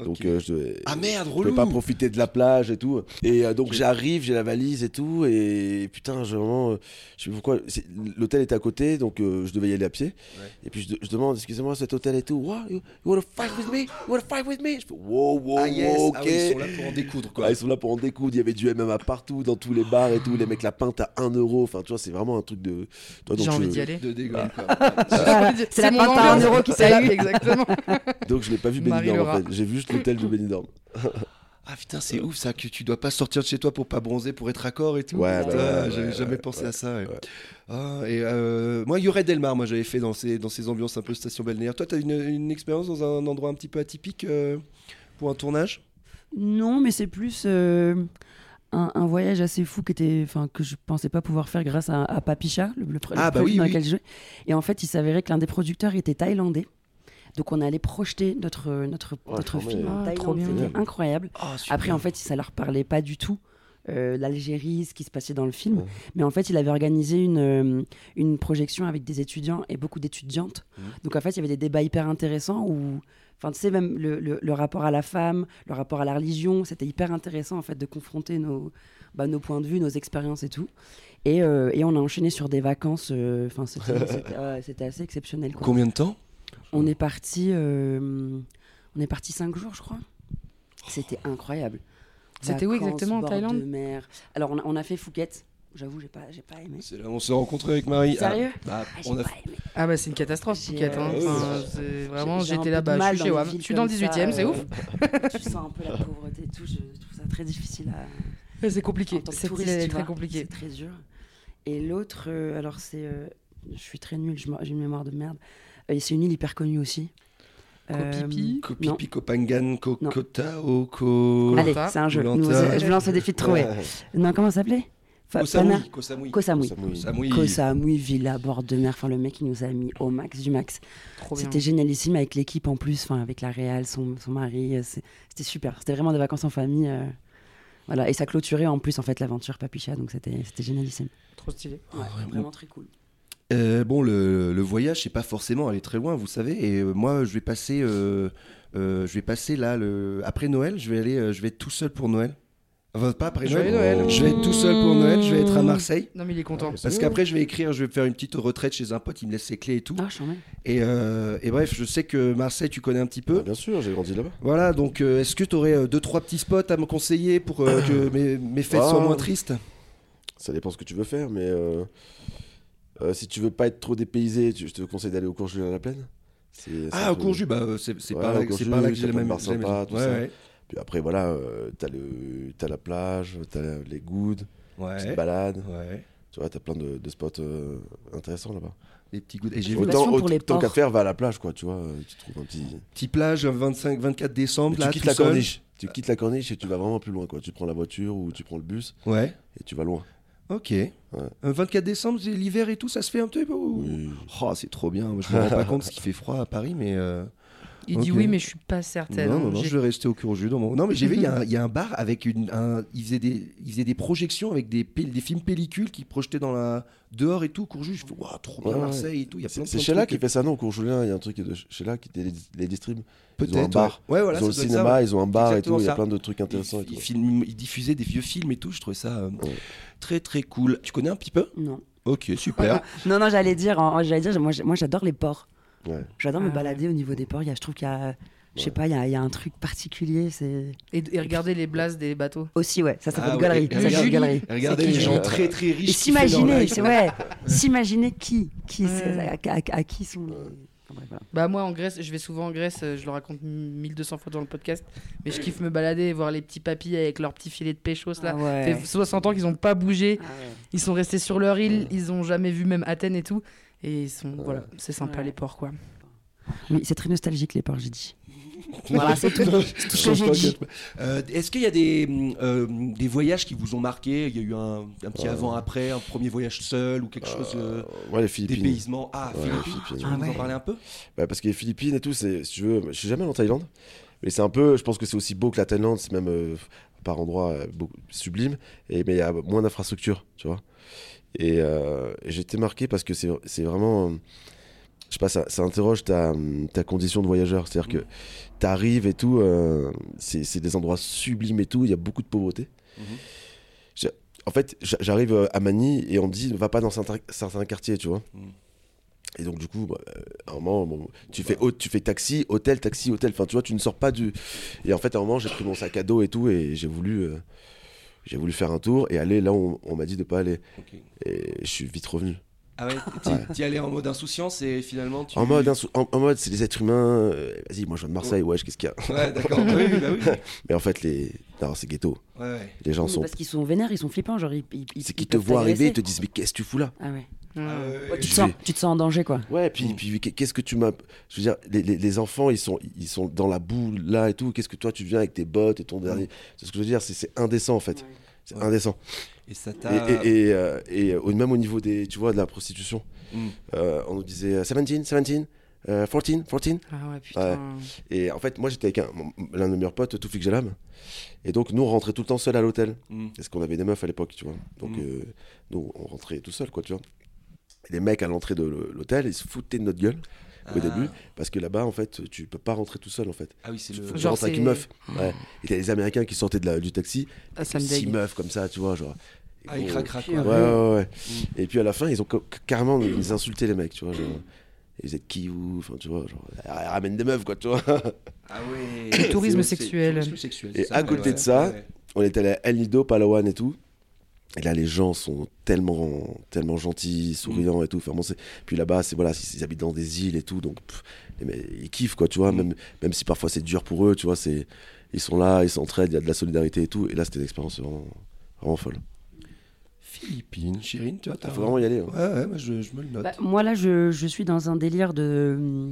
B: Donc,
D: Ok.
B: euh, je devais.
D: Ah merde,
B: Je peux
D: relou
B: pas profiter de la plage et tout. Et euh, donc j'arrive, j'ai la valise et tout. Et putain, je, vraiment, euh, je sais pas pourquoi. c'est- L'hôtel était à côté, donc euh, je devais y aller à pied.
D: Ouais.
B: Et puis je, de- je demande, excusez-moi, cet hôtel et tout. What? You, you wanna fight with me? You wanna fight with me? Je fais, wow, wow,
D: Ah yes,
B: wow, ok.
D: ah oui, ils sont là pour en découdre quoi.
B: Ah, ils sont là pour en découdre. Il y avait du MMA partout, dans tous les bars et tout. Les mecs, la pinte à 1 euro. Enfin, tu vois, c'est vraiment un truc de. Toi, donc,
C: J'ai envie
B: je-
C: d'y aller.
D: De dégommer quoi. Ah.
C: *laughs*
A: C'est la
C: mon
A: pinte à un
C: ambiance.
A: euro qui
C: Ah oui,
A: s'allume. *laughs*
C: Exactement.
B: Donc, je l'ai pas vu
C: Marie
B: Benidorm en
C: Laura.
B: fait. J'ai vu juste l'hôtel de Benidorm.
D: Ah putain, c'est ouf ça, que tu dois pas sortir de chez toi pour pas bronzer, pour être raccord et tout.
B: Ouais,
D: Putain,
B: bah ouais,
D: j'avais
B: ouais,
D: jamais
B: ouais,
D: pensé
B: ouais,
D: à ça. ouais.
B: ouais.
D: Ah, et euh, moi, Yored Delmar, moi j'avais fait dans ces, dans ces ambiances un peu station balnéaire. Toi, t'as une, une expérience dans un endroit un petit peu atypique euh, pour un tournage
A: Non, mais c'est plus euh, un, un voyage assez fou qui était, enfin, que je pensais pas pouvoir faire grâce à, à Papicha, le, le, pr-
D: Ah,
A: le
D: bah
A: projet
D: oui,
A: dans
D: oui.
A: lequel je jouais. Et en fait, il s'avérait que l'un des producteurs était thaïlandais. Donc on allait projeter notre, notre,
D: Oh,
B: Ouais,
A: notre
B: quand
A: film
B: même.
A: en
C: Ah,
A: Thaïlande,
C: trop bien.
A: c'était incroyable.
D: Ah,
A: Après, en fait, ça leur parlait pas du tout. euh, l'Algérie, ce qui se passait dans le film. Mais en fait, il avait organisé une, euh, une projection avec des étudiants et beaucoup d'étudiantes. Donc en fait, il y avait des débats hyper intéressants où, enfin, tu sais, même le, le- le rapport à la femme, le rapport à la religion, c'était hyper intéressant en fait de confronter nos, bah, nos points de vue, nos expériences et tout. Et, euh, et on a enchaîné sur des vacances. euh, Enfin, c'était- c'était ouais, c'était assez exceptionnel. quoi.
D: Combien de temps
C: Mm.
A: On est parti, euh, on est parti cinq jours, je crois. C'était incroyable.
C: C'était où
A: Vacances,
C: exactement, en
A: bord
C: Thaïlande
A: de mer. Alors on a, on a fait Phuket. J'avoue, j'ai pas, j'ai pas aimé.
D: C'est là où on s'est rencontré avec Marie. Ah,
A: Sérieux
D: ah,
A: Ah, j'ai
D: on a
A: pas aimé.
C: Ah bah c'est une catastrophe,
A: J'ai,
C: Phuket. hein.
A: euh,
C: Enfin, c'est vraiment,
A: J'ai- j'ai un
C: j'étais
A: peu de
C: là-bas.
A: mal
C: Je suis chez
A: dans les
C: WAM.
A: villes
C: Je suis dans le
A: comme
C: 18 e
A: ça,
C: c'est
A: euh,
C: ouf.
A: *laughs* Tu sens un peu la pauvreté et tout. Je trouve ça très difficile à.
C: Ouais, C'est
A: en
C: compliqué.
A: tant que
C: Cette île,
A: touriste,
C: elle est
A: tu
C: très
A: vois,
C: compliquée.
A: C'est très dur. Et l'autre, euh, alors c'est. euh, je suis très nulle, je m'en- j'ai une mémoire de merde. Euh, et c'est une île hyper connue aussi. Euh,
C: Koh-Phi-Phi
A: non.
D: Kopipi, Kopangan, Ko-
A: Non.
D: Kotao, Ko.
A: Allez,
C: Lanta,
A: c'est un jeu.
D: Koh-Lanta.
A: Nous, euh, je vous lance le défi de trouver. Non, comment ça s'appelait Fa-
D: Koh Samui,
A: Pana-
D: Koh Samui.
A: Koh Samui.
B: Koh
D: Samui.
A: Koh Samui, villa, bord de mer. Enfin, le mec, il nous a mis au max du max.
C: Trop bien.
A: C'était génialissime avec l'équipe en plus, enfin, avec la Réal, son, son mari. euh, c'est- C'était super. C'était vraiment des vacances en famille. euh, Voilà. Et ça clôturait en plus, en fait, l'aventure Papicha. Donc, c'était c'était génialissime.
C: Trop stylé.
A: Ouais, vraiment très cool.
D: Euh, bon, le, le voyage, c'est pas forcément aller très loin, vous savez. Et euh, moi, je vais passer, euh, euh, je vais passer là, le... après Noël, je vais aller, euh, je vais être tout seul pour Noël. Enfin, pas après
C: Joyeux
D: Noël.
C: Noël.
D: Je vais être tout seul pour Noël. Je vais être à
B: Mmh.
D: Marseille.
C: Non mais il est content.
D: Parce qu'après, je vais écrire, je vais faire une petite retraite chez un pote, il me laisse ses clés et tout.
A: Ah, je suis en même.
D: Et, euh, et bref, je sais que Marseille, tu connais un petit peu.
B: Ah, bien sûr, j'ai grandi là-bas.
D: Voilà, donc euh, est-ce que tu aurais deux, trois petits spots à me conseiller pour euh, que mes, mes fêtes soient
B: Ah.
D: moins tristes
B: Ça dépend ce que tu veux faire, mais euh, euh, si tu veux pas être trop dépaysé, tu- je te conseille d'aller au cours Julien Laplaine. C'est- c'est
D: Ah,
B: un
D: au
B: peu-
D: cours du, bah, euh, c'est c'est
B: Ouais,
D: par
B: au
D: là,
B: cours
D: c'est
B: du,
D: par là que
B: t'as
D: j'ai la
B: plein de
D: même.
B: bars
D: j'ai la même-
B: sympas, tout
D: ouais,
B: ça.
D: ouais.
B: Puis après, voilà, euh, t'as le... t'as la plage, t'as la- les goods,
D: Ouais.
B: petite balade.
D: Ouais.
B: Tu vois, t'as plein de, de spots euh, intéressants là-bas.
D: Les petits goûts. Et j'ai
A: Une
D: vu
A: passion
B: Autant,
A: pour
B: autant-
A: les
B: tant qu'à
A: ports.
B: faire, va à la plage, quoi, tu vois. euh, Tu trouves un petit.
D: petit plage 25 24 décembre
B: Mais
D: là
B: tu quittes
D: tout
B: la
D: seul. euh,
B: corniche. Tu quittes la corniche et tu vas vraiment plus loin, quoi. Tu prends la voiture ou tu prends le bus
D: Ouais.
B: et tu vas loin.
D: OK. Euh, 24 décembre, c'est l'hiver et tout, ça se fait un peu. ou-
B: Oui. *laughs*
D: Oh, c'est trop bien. Moi, je me rends pas compte ce qui fait froid à Paris mais euh,
C: Il dit
D: Ok.
C: oui, mais je suis pas certaine. hein.
D: Non, non, non,
C: J'ai-
D: je vais rester au cœur jus. Non, non, mais j'ai vu, il y, a un- il y a un bar avec une. Un, il, faisait des, il faisait des projections avec des, pe- des films pellicules qui projetaient dans la. dehors et tout, Courjus. Je fais, waouh, trop bien
B: Ouais, ouais.
D: Marseille et tout. Il y a plein
B: C'est
D: de
B: c'est
D: plein de
B: Sheila qui
D: trucs.
B: fait ça, non Au cours Julien, il y a un truc de Sheila qui les, les distribue.
D: Peut-être.
B: Ils ont un bar.
D: Ouais, Ouais, voilà,
B: ils ont le
D: ça doit être ça,
B: cinéma,
D: ouais.
B: ils ont un bar
D: Exactement
B: et tout. Il y a
D: ça.
B: plein de trucs intéressants. et tout.
D: Ils, ils filment- ils diffusaient des vieux films et tout. Je trouvais ça euh,
B: Ouais.
D: très, très cool. Tu connais un petit peu
A: Non.
D: Ok, super.
A: *laughs* Non, non, j'allais dire, en- j'allais dire, moi, j'- moi, j'adore les ports.
B: Ouais.
A: J'adore
C: Ah
A: me
C: ouais.
A: balader au niveau des ports. Il y a- je trouve qu'il y a, je sais
B: Ouais.
A: pas, il y, a, il y a un truc particulier. C'est
C: Et, et regardez les blases des bateaux.
A: aussi ouais, ça, ça
D: Ah
A: s'appelle
D: ouais,
A: galerie.
D: et
A: Ça s'appelle
D: Julie.
A: galerie.
D: Regardez
A: C'est
D: les
A: qui euh,
D: gens très, très riches.
A: Et
D: qui fait leur
A: s'imaginer,
D: live.
A: c'est ouais, s'imaginer qui, qui,
C: Ouais.
A: c'est- à, à- à qui sont. les- Enfin, bref, voilà.
C: Bah moi en Grèce, je vais souvent en Grèce, euh, je le raconte m- 1200 fois dans le podcast, mais je kiffe me balader et voir les petits papis avec leurs petits filets de péchos là.
A: Ah ouais.
C: Ça fait 60 ans qu'ils ont pas bougé,
A: Ah ouais.
C: ils sont restés sur leur île, ils ont jamais vu même Athènes et tout. Et ils sont, voilà, c'est sympa
A: Ouais.
C: les ports quoi.
A: Oui, c'est très nostalgique les ports, j'ai dit. Voilà, c'est
D: *laughs*
A: tout. C'est tout ce que j'ai dit.
D: Euh, Est-ce qu'il y a des, mm, euh, des voyages qui vous ont marqué Il y a eu un, un petit avant-après, un premier voyage seul ou quelque chose euh,
B: Ouais, les
D: Des
B: Philippines.
D: paysements. Ah,
B: Ouais,
D: Philippines.
B: Philippines.
D: Tu veux
A: Ah
D: nous en
A: ouais.
D: parler un peu
B: Bah, parce que les Philippines et tout, c'est, si tu veux, je suis jamais allé en Thaïlande, mais c'est un peu, je pense que c'est aussi beau que la Thaïlande, c'est même euh, par endroits euh, beau- sublime, et, mais il y a moins d'infrastructures, tu vois. Et, euh, et j'ai été marqué parce que c'est, c'est vraiment, euh, je sais pas, ça, ça interroge ta, hum, ta condition de voyageur, c'est-à-dire que t'arrives et tout, euh, c'est, c'est des endroits sublimes et tout, il y a beaucoup de pauvreté.
D: Mhm.
B: J'ai- En fait, j'a- j'arrive euh, à Manille et on me dit, ne va pas dans certains, certains quartiers, tu vois.
D: Mhm.
B: Et donc du coup, bah, à un moment, bon, tu, fais, hôte- tu fais taxi, hôtel, taxi, hôtel. Enfin, tu vois, tu ne sors pas du. Et en fait, à un moment, j'ai pris mon sac à dos et tout, et j'ai voulu, euh, j'ai voulu faire un tour et aller là où on, on m'a dit de pas aller.
D: Ok.
B: Et je suis vite revenu.
D: Ah ouais,
B: *laughs*
D: t'y- t'y allais en mode insouciance et finalement tu.
B: En mode, insou- en, en mode, c'est des êtres humains. euh, Vas-y, moi, je viens de Marseille. Wesh, qu'est-ce qu'il y a
D: Ouais, d'accord. oui, oui, bah oui.
B: Mais en fait, les, non, c'est ghetto.
D: Ouais, ouais.
B: Les gens
A: Mais
B: sont.
A: Parce qu'ils sont vénères, ils sont flippants, genre ils. ils- ils-
B: C'est qu'ils
A: ils
B: te
A: peuvent
B: voient arriver,
A: t'agresser.
B: ils te disent mais qu'est-ce que tu fous là
A: Ah ouais.
D: Ah
C: Ouais.
D: ouais.
A: Ouais, tu, te
B: Je
A: sens,
B: vais-
A: tu te sens en danger quoi.
B: Ouais, puis,
D: Mm.
B: puis qu'est-ce que tu m'as. Je veux dire, les, les- les enfants, ils sont, ils sont dans la boue là et tout. Qu'est-ce que toi, tu viens avec tes bottes et ton dernier. C'est ce que je veux dire, c'est- c'est indécent en fait. C'est
D: Ouais.
B: indécent.
D: Et ça t'a.
B: Et, et, et, euh, et, euh, au- même au niveau des, tu vois, de la prostitution,
D: Mm.
B: euh, on nous disait euh, 17, 17, euh, 14, 14.
C: Ah ouais putain.
B: Et en fait, moi, j'étais avec un- mon- l'un de mes meilleurs potes, Toufik Jalam. Et donc, nous, on rentrait tout le temps seul à l'hôtel.
D: Mm.
B: Parce qu'on avait des meufs à l'époque, tu vois. Donc,
D: Mm.
B: euh, nous, on rentrait tout seul, quoi, tu vois. Et les mecs à l'entrée de l'h- l'hôtel, ils se foutaient de notre gueule
D: Ah.
B: au début. Parce que là-bas, en fait, tu peux pas rentrer tout seul, en fait.
D: Ah oui, c'est
B: Tu,
D: le.
B: tu
C: Genre,
B: rentres avec
C: c'est-
B: une meuf. Ouais. Et t'as les Américains qui sortaient de la- du taxi.
C: Ah, ça me
B: six
C: dégue.
B: meufs comme ça, tu vois, genre.
D: Ah, il
B: Oh,
D: craque, craque.
B: Ouais, ouais, ouais. ouais.
D: Mm.
B: Et puis à la fin, ils ont ca- carrément ils insultaient les mecs, tu vois. Genre, ils êtes qui vous Enfin, tu vois, genre, Ah, ramène des meufs, quoi, tu vois.
D: Ah ouais.
C: Le tourisme
D: C'est- c'est-
C: sexuel.
D: tourisme sexuel,
B: Et
D: c'est
B: à
D: ouais,
B: côté de
D: ouais,
B: ça,
D: ouais.
B: On était allé à El Nido, Palawan et tout. Et là, les gens sont tellement, tellement gentils, souriants et tout. Enfin, bon, c'est- Puis là-bas, c'est voilà, ils, ils habitent dans des îles et tout, donc pff, les mecs, ils kiffent, quoi, tu vois. Même, même si parfois c'est dur pour eux, tu vois, c'est ils sont là, ils s'entraident, il y a de la solidarité et tout. Et là, c'était une expérience vraiment, vraiment folle.
D: Philippines, Chirine, tu vois.
B: Il
D: t'as-
B: faut vraiment y aller. hein.
D: Ouais, ouais, moi je, je me le note.
A: Bah, moi là, je, je suis dans un délire de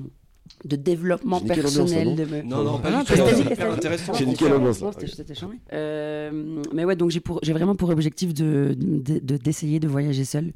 A: de développement
B: J'ai niqué l'ambiance,
A: personnel.
B: là,
A: de me-
D: non, non,
C: Ah,
D: pas du tout.
C: t'as
D: c'est
C: dit-
D: hyper
A: t'as dit-
D: intéressant.
B: J'ai niqué l'ambiance, là.
A: Non, c'était- c'était charmé. Euh, mais ouais, donc j'ai pour- j'ai vraiment pour objectif de de- de- d'essayer de voyager seul.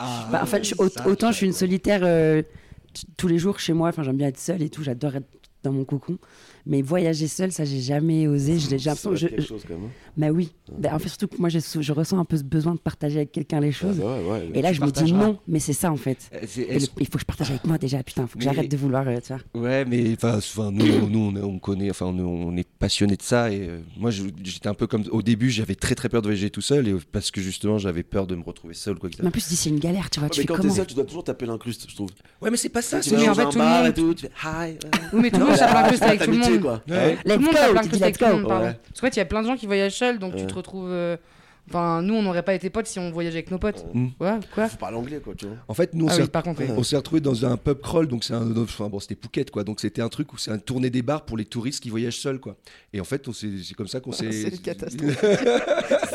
D: Ah,
A: Bah, en fait, je-
D: ouais,
A: au-
D: ça,
A: autant je suis une
D: j'adore.
A: solitaire euh, t- tous les jours chez moi, enfin j'aime bien être seule et tout, j'adore être dans mon cocon. Mais voyager seule, ça j'ai jamais osé. J'ai j'ai
B: Ça
A: l'impression,
B: doit
A: je,
B: être quelque
A: je-
B: chose, quand même, hein.
A: bah oui. Bah, en fait, surtout que moi je, sou- je ressens un peu ce besoin de partager avec quelqu'un les
B: Ah,
A: choses.
B: bah ouais, ouais.
A: Et là, je me dis
D: partageras.
A: non, mais c'est ça en fait.
D: Euh, c'est-
A: Et
D: est-ce-
A: le- il faut que je partage avec moi déjà, putain, faut que
D: Mais-
A: j'arrête de vouloir, euh, tu vois.
D: Ouais, mais enfin, souvent, nous, nous, on, on connaît, enfin, nous, on est passionné de ça. Et euh, moi, je- j'étais un peu comme au début, j'avais très très peur de voyager tout seul, et euh, parce que justement, j'avais peur de me retrouver seul, quoi. que ça-
A: Mais en plus, je dis c'est une galère, tu vois,
B: Ouais,
A: tu
B: mais
A: fais
B: quand t'es
A: comment
B: seul, tu dois toujours taper l'incruste, je trouve.
D: Ouais, mais c'est pas ça.
B: Tu
D: Ah, c'est
B: vas
C: mais en
D: genre-
B: dans
C: fait,
B: un
C: tout le
B: bar et
C: monde-
B: tout, tu fais hi. euh.
C: Oui mais tout le monde s'appelle un peu avec tout le
B: T'habitué, quoi.
C: monde.
D: Ouais.
C: Tout le
A: Let's
C: monde
A: go,
C: a plein
A: tu
C: de
A: dis
C: choses avec
A: let's
C: tout le monde,
A: go.
C: pardon.
B: Ouais.
C: Parce qu'en fait, il y a plein de gens qui voyagent seuls, donc
B: Ouais.
C: tu te retrouves. euh, Enfin, nous, on n'aurait pas été potes si on voyageait avec nos potes.
D: Mm.
C: Ouais, quoi
B: Faut parler anglais, quoi, tu vois.
D: En fait, nous, on
C: Ah
D: s'est
C: oui, par contre. oui.
D: on s'est retrouvés dans un pub crawl, donc c'est un, enfin, bon, c'était Phuket, quoi. Donc c'était un truc où c'est un tournée des bars pour les touristes qui voyagent seuls, quoi. Et en fait, on s'est- c'est comme ça qu'on s'est.
C: *laughs*
D: *laughs*
C: C'est une catastrophe.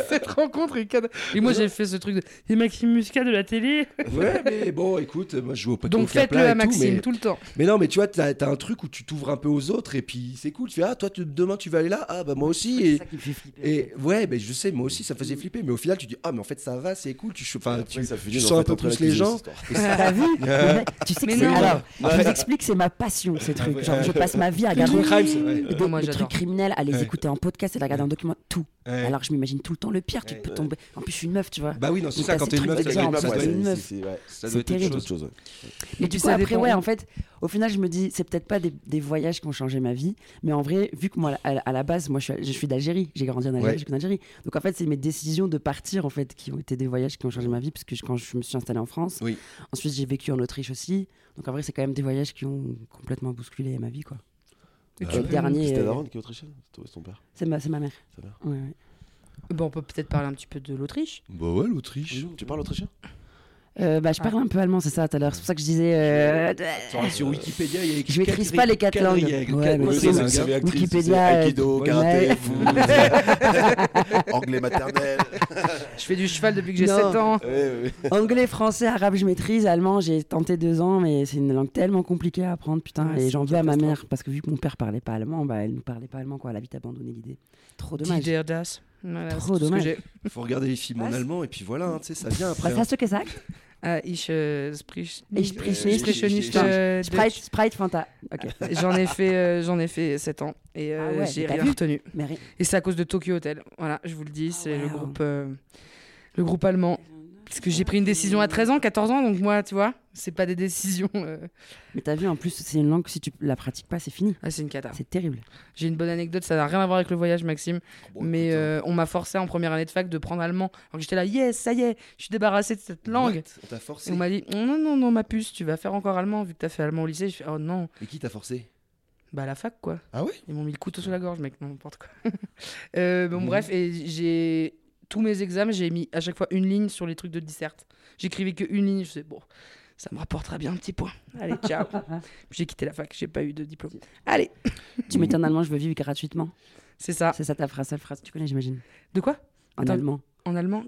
C: Cette *laughs* rencontre est cata- Et moi, j'ai fait ce truc de. Et Maxime Muscat de la télé.
D: ouais, mais bon, écoute, moi, je joue au poker
C: Donc
D: au Capla
C: faites-le
D: et
C: à
D: tout,
C: Maxime
D: mais-
C: tout le temps.
D: Mais non, mais tu vois, t'as as un truc où tu t'ouvres un peu aux autres et puis c'est cool. Tu fais, ah, toi, tu- demain, tu vas aller là. Ah, bah, moi aussi. Et,
A: C'est ça qui me fait flipper.
D: et ouais, mais je sais, moi aussi, ça me faisait flipper. Mais au final, tu dis ah mais en fait ça va, c'est cool. Tu, enfin,
B: Après,
D: tu,
B: ça finit
D: tu
B: dans
D: sens un
B: cette
D: peu plus les
B: entrelacuseuse,
D: gens.
B: cette histoire.
A: T'as vu Mais Tu sais que
C: Mais
A: c'est.
C: non.
A: Alors, je vous explique, c'est ma passion, ces trucs. Genre, je passe ma vie à regarder
D: True crimes, ouais.
A: des,
C: Moi,
A: des
C: j'adore.
A: trucs criminels, à les
D: Ouais.
A: écouter en podcast et à regarder en document, tout.
D: Ouais.
A: Alors, que je m'imagine tout le temps le pire qui peut tomber. En plus, je suis une meuf, tu vois.
D: Bah oui, non, c'est
A: Donc,
D: ça,
A: t'as
D: quand
A: ces
D: t'es une
A: trucs
D: meuf,
A: de
D: t'as
A: genre,
D: une meuf,
A: ça
D: ouais,
A: doit être
D: c'est-
A: une meuf. C'est
D: Ça doit être autre
A: terrible.
D: chose.
B: Autre chose, ouais.
A: Mais du
C: tu
A: coup,
C: sais
A: après,
C: dépend
A: ouais,
C: où.
A: en fait, au final, je me dis, c'est peut-être pas des, des voyages qui ont changé ma vie, mais en vrai, vu que moi, à, à la base, moi, je suis, je suis d'Algérie, j'ai grandi en Algérie,
D: Ouais.
A: j'ai connu l'Algérie. Donc, en fait, c'est mes décisions de partir, en fait, qui ont été des voyages qui ont changé ma vie, parce que je- quand je me suis installée en France,
D: Oui.
A: ensuite, j'ai vécu en Autriche aussi. Donc, en vrai, c'est quand même des voyages qui ont complètement bousculé ma vie, quoi.
D: Bah
C: Et
A: Le
C: tu-
A: dernier,
B: C'était
A: euh,
B: Daron qui est autrichienne C'était ton père
A: c'est ma, c'est ma mère.
B: Sa mère.
A: Ouais, ouais.
C: Bon, on peut peut-être parler un petit peu de l'Autriche.
D: Bah ouais, l'Autriche.
B: Tu parles autrichien
A: Euh, bah, je parle un peu allemand, c'est ça, tout à l'heure. C'est pour ça que je disais. euh,
D: Sur Wikipédia, il y a écrit
A: Je maîtrise pas les quatre langues. Ouais, mais
B: Oui,
A: c'est-
B: c'est-
A: c'est-
B: c'est actrice,
A: Wikipédia,
B: c'est Aikido,
A: euh,
B: karaté,
A: ouais. *laughs*
B: foot, anglais maternel.
C: Je fais du cheval depuis que j'ai 7
A: Non.
C: ans.
B: Ouais, ouais.
A: Anglais, français, arabe, je maîtrise. Allemand, j'ai tenté deux ans, mais c'est une langue tellement compliquée à apprendre, putain.
C: Ouais, c'est
A: et j'en
C: une
A: veux à ma
C: catastrophe.
A: mère, parce que vu que mon père parlait pas allemand, bah, elle ne parlait pas allemand, quoi. Elle a vite abandonné l'idée. Trop dommage.
C: Didier Das. Voilà,
A: Trop
C: c'est tout ce que
A: dommage.
C: j'ai.
D: Faut regarder les films en
A: Ouais,
D: allemand et puis voilà, hein, tu sais, ça vient
A: Was
D: après. hein.
A: hast du gesagt?
C: Ah, ich euh, sprich-
A: Ich sprich nicht.
C: spreche nicht,
D: Ich-
C: euh,
A: Sprite, Sprite, Fanta. Ok.
C: Deutsch. J'en ai fait euh, j'en ai fait 7 ans et euh,
A: Ah ouais,
C: j'ai
A: mais t'as
C: rien
A: vu
C: retenu.
A: Mais ri-
C: Et c'est à cause de Tokyo Hotel. Voilà, je vous le dis, c'est le
A: wow.
C: groupe euh, le groupe allemand. Parce que j'ai pris une décision à 13 ans, 14 ans, donc moi, tu vois, c'est pas des décisions. euh,
A: Mais t'as vu, en plus, c'est une langue que si tu la pratiques pas, c'est fini.
C: Ah, c'est une cata.
A: C'est terrible.
C: J'ai une bonne anecdote, ça n'a rien à voir avec le voyage, Maxime.
D: Bon,
C: mais
D: écoute, hein.
C: euh, on m'a forcé en première année de fac de prendre allemand. Alors que j'étais là, yes, ça y est, je suis débarrassée de cette langue.
D: What On t'a
C: Et
D: forcé.
C: on m'a dit, non, non, non, ma puce, tu vas faire encore allemand vu que t'as fait allemand au lycée. Je fais, oh non,
D: Et qui t'a forcé
C: bah à la fac quoi.
D: Ah ouais
C: Ils m'ont mis le couteau sous la gorge, mec, non, n'importe quoi. *laughs* Euh, bon, bref, et j'ai. Tous mes examens, j'ai mis à chaque fois une ligne sur les trucs de disserte. J'écrivais que une ligne, je sais, bon, ça me rapportera bien un petit point. Allez,
D: *laughs*
C: ciao. j'ai quitté la fac, j'ai pas eu de diplôme. Allez, Mm.
A: Tu mets en allemand, je veux vivre gratuitement.
C: c'est ça.
A: C'est ça ta phrase, seule phrase. Tu connais, j'imagine.
C: De quoi
A: En
C: Ah. Attends.
A: allemand.
C: En allemand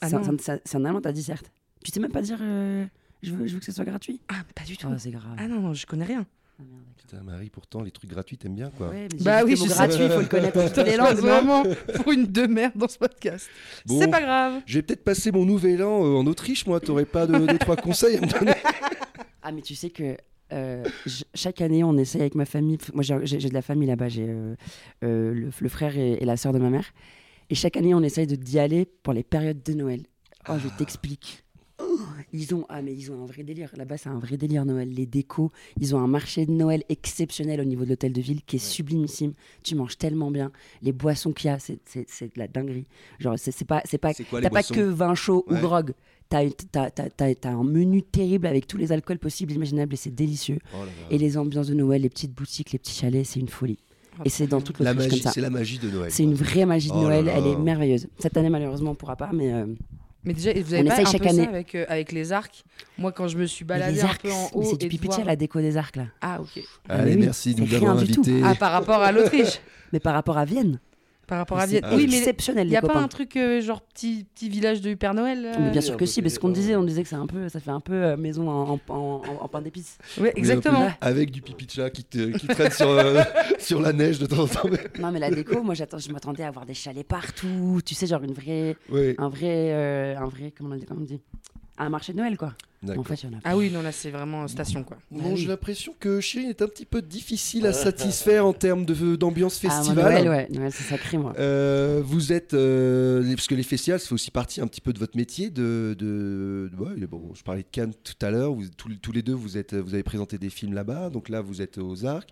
C: Ah
A: C'est
C: non.
A: en- c'est- c'est en allemand, t'as dit certes. Tu sais même pas dire, euh, je, veux, je veux que ce soit gratuit.
C: Ah, pas du tout.
A: Oh, c'est grave.
C: Ah non, non, je connais rien.
D: Putain, Marie, pourtant, les trucs gratuits, t'aimes bien quoi.
A: Ouais, mais
C: Bah
A: j'ai dit
C: oui,
A: le mot
C: je sais.
A: gratuit, il faut le connaître en toutes *laughs* les langues. non
C: vraiment pour une demeure dans ce podcast.
D: Bon.
C: C'est pas grave.
D: Je vais peut-être passer mon nouvel an euh, en Autriche, moi. T'aurais pas de, deux, trois conseils à me donner
A: Ah, mais tu sais que euh, j- chaque année, on essaye avec ma famille. F- Moi, j'ai j'ai- j'ai de la famille là-bas. J'ai euh, euh, le, le frère et, et la sœur de ma mère. Et chaque année, on essaye de- d'y aller pour les périodes de Noël. Oh, je t'explique. Oh, Ils ont ah mais ils ont un vrai délire là-bas c'est un vrai délire Noël les décos ils ont un marché de Noël exceptionnel au niveau de l'hôtel de ville qui est sublimissime tu manges tellement bien les boissons qu'il y a c'est- c'est c'est de la dinguerie genre c'est c'est pas c'est pas
D: C'est quoi, les
A: t'as pas
D: boissons
A: que vin chaud
D: Ouais.
A: ou grog T'as, une- t'as- t'as- t'as- t'as un menu terrible avec tous les alcools possibles, imaginables, et c'est délicieux.
D: *laughs* Oh là là.
A: Et les ambiances de Noël, les petites boutiques, les petits chalets, c'est une folie. et c'est dans toute
D: Ah, La
A: l'Autriche comme
D: magie,
A: ça.
D: c'est la magie de Noël.
A: C'est une vraie magie de
D: Oh là
A: Noël,
D: là.
A: elle est merveilleuse. Cette année, malheureusement, on pourra pas, mais euh,
C: Mais déjà, vous avez
A: On
C: pas
A: essaye
C: un
A: chaque
C: peu
A: année.
C: ça avec, euh, avec les arcs Moi, quand je me suis
A: mais
C: baladée
A: les
C: Bah, un
A: arcs,
C: peu en
A: mais
C: haut.
A: c'est
C: et
A: du
C: de
A: pipi
C: voir-
A: à la déco des arcs là.
C: Ah, ok.
D: Allez,
A: Ah, mais oui,
D: merci de
A: c'est
D: nous
A: rien
D: avoir
A: du tout.
D: invités.
C: Ah, par rapport à l'Autriche
A: Mais par rapport à Vienne,
C: Par rapport à
A: c'est
C: Vienne. Oui, mais
A: exceptionnel, les
C: il n'y a pas
A: copains.
C: un truc euh, genre petit, petit village de Père Noël euh
A: Mais bien
B: Oui, un
A: sûr
B: peu
A: que si, mais ce qu'on
B: télé-
A: disait, on disait que c'est un peu, ça fait un peu euh, maison en, en, en- en pain d'épices.
C: Ouais, exactement.
D: Avec du pipi de chat qui, te- qui traîne sur, euh, *laughs* sur la neige de temps en temps.
A: Non, mais la déco, moi j'attends, je m'attendais à avoir des chalets partout, tu sais, genre une vraie,
D: Ouais.
A: un vrai, euh, un vrai, comment on dit, comment on dit un marché de Noël quoi. En
D: D'accord.
A: fait, il y en a.
C: Ah oui, non, là, c'est vraiment euh, station, quoi.
D: Bon, j'ai l'impression que Chirine est un petit peu difficile à satisfaire en termes de- d'ambiance
A: Ah, moi,
D: festival.
A: Noël, ouais, Noël, c'est sacré moi.
D: Euh, vous êtes, euh, les- parce que les festivals, ça fait aussi partie un petit peu de votre métier. De, de- ouais, bon, je parlais de Cannes tout à l'heure. vous- tous, tous les deux, vous, êtes, vous avez présenté des films là-bas. Donc là, vous êtes aux Arcs.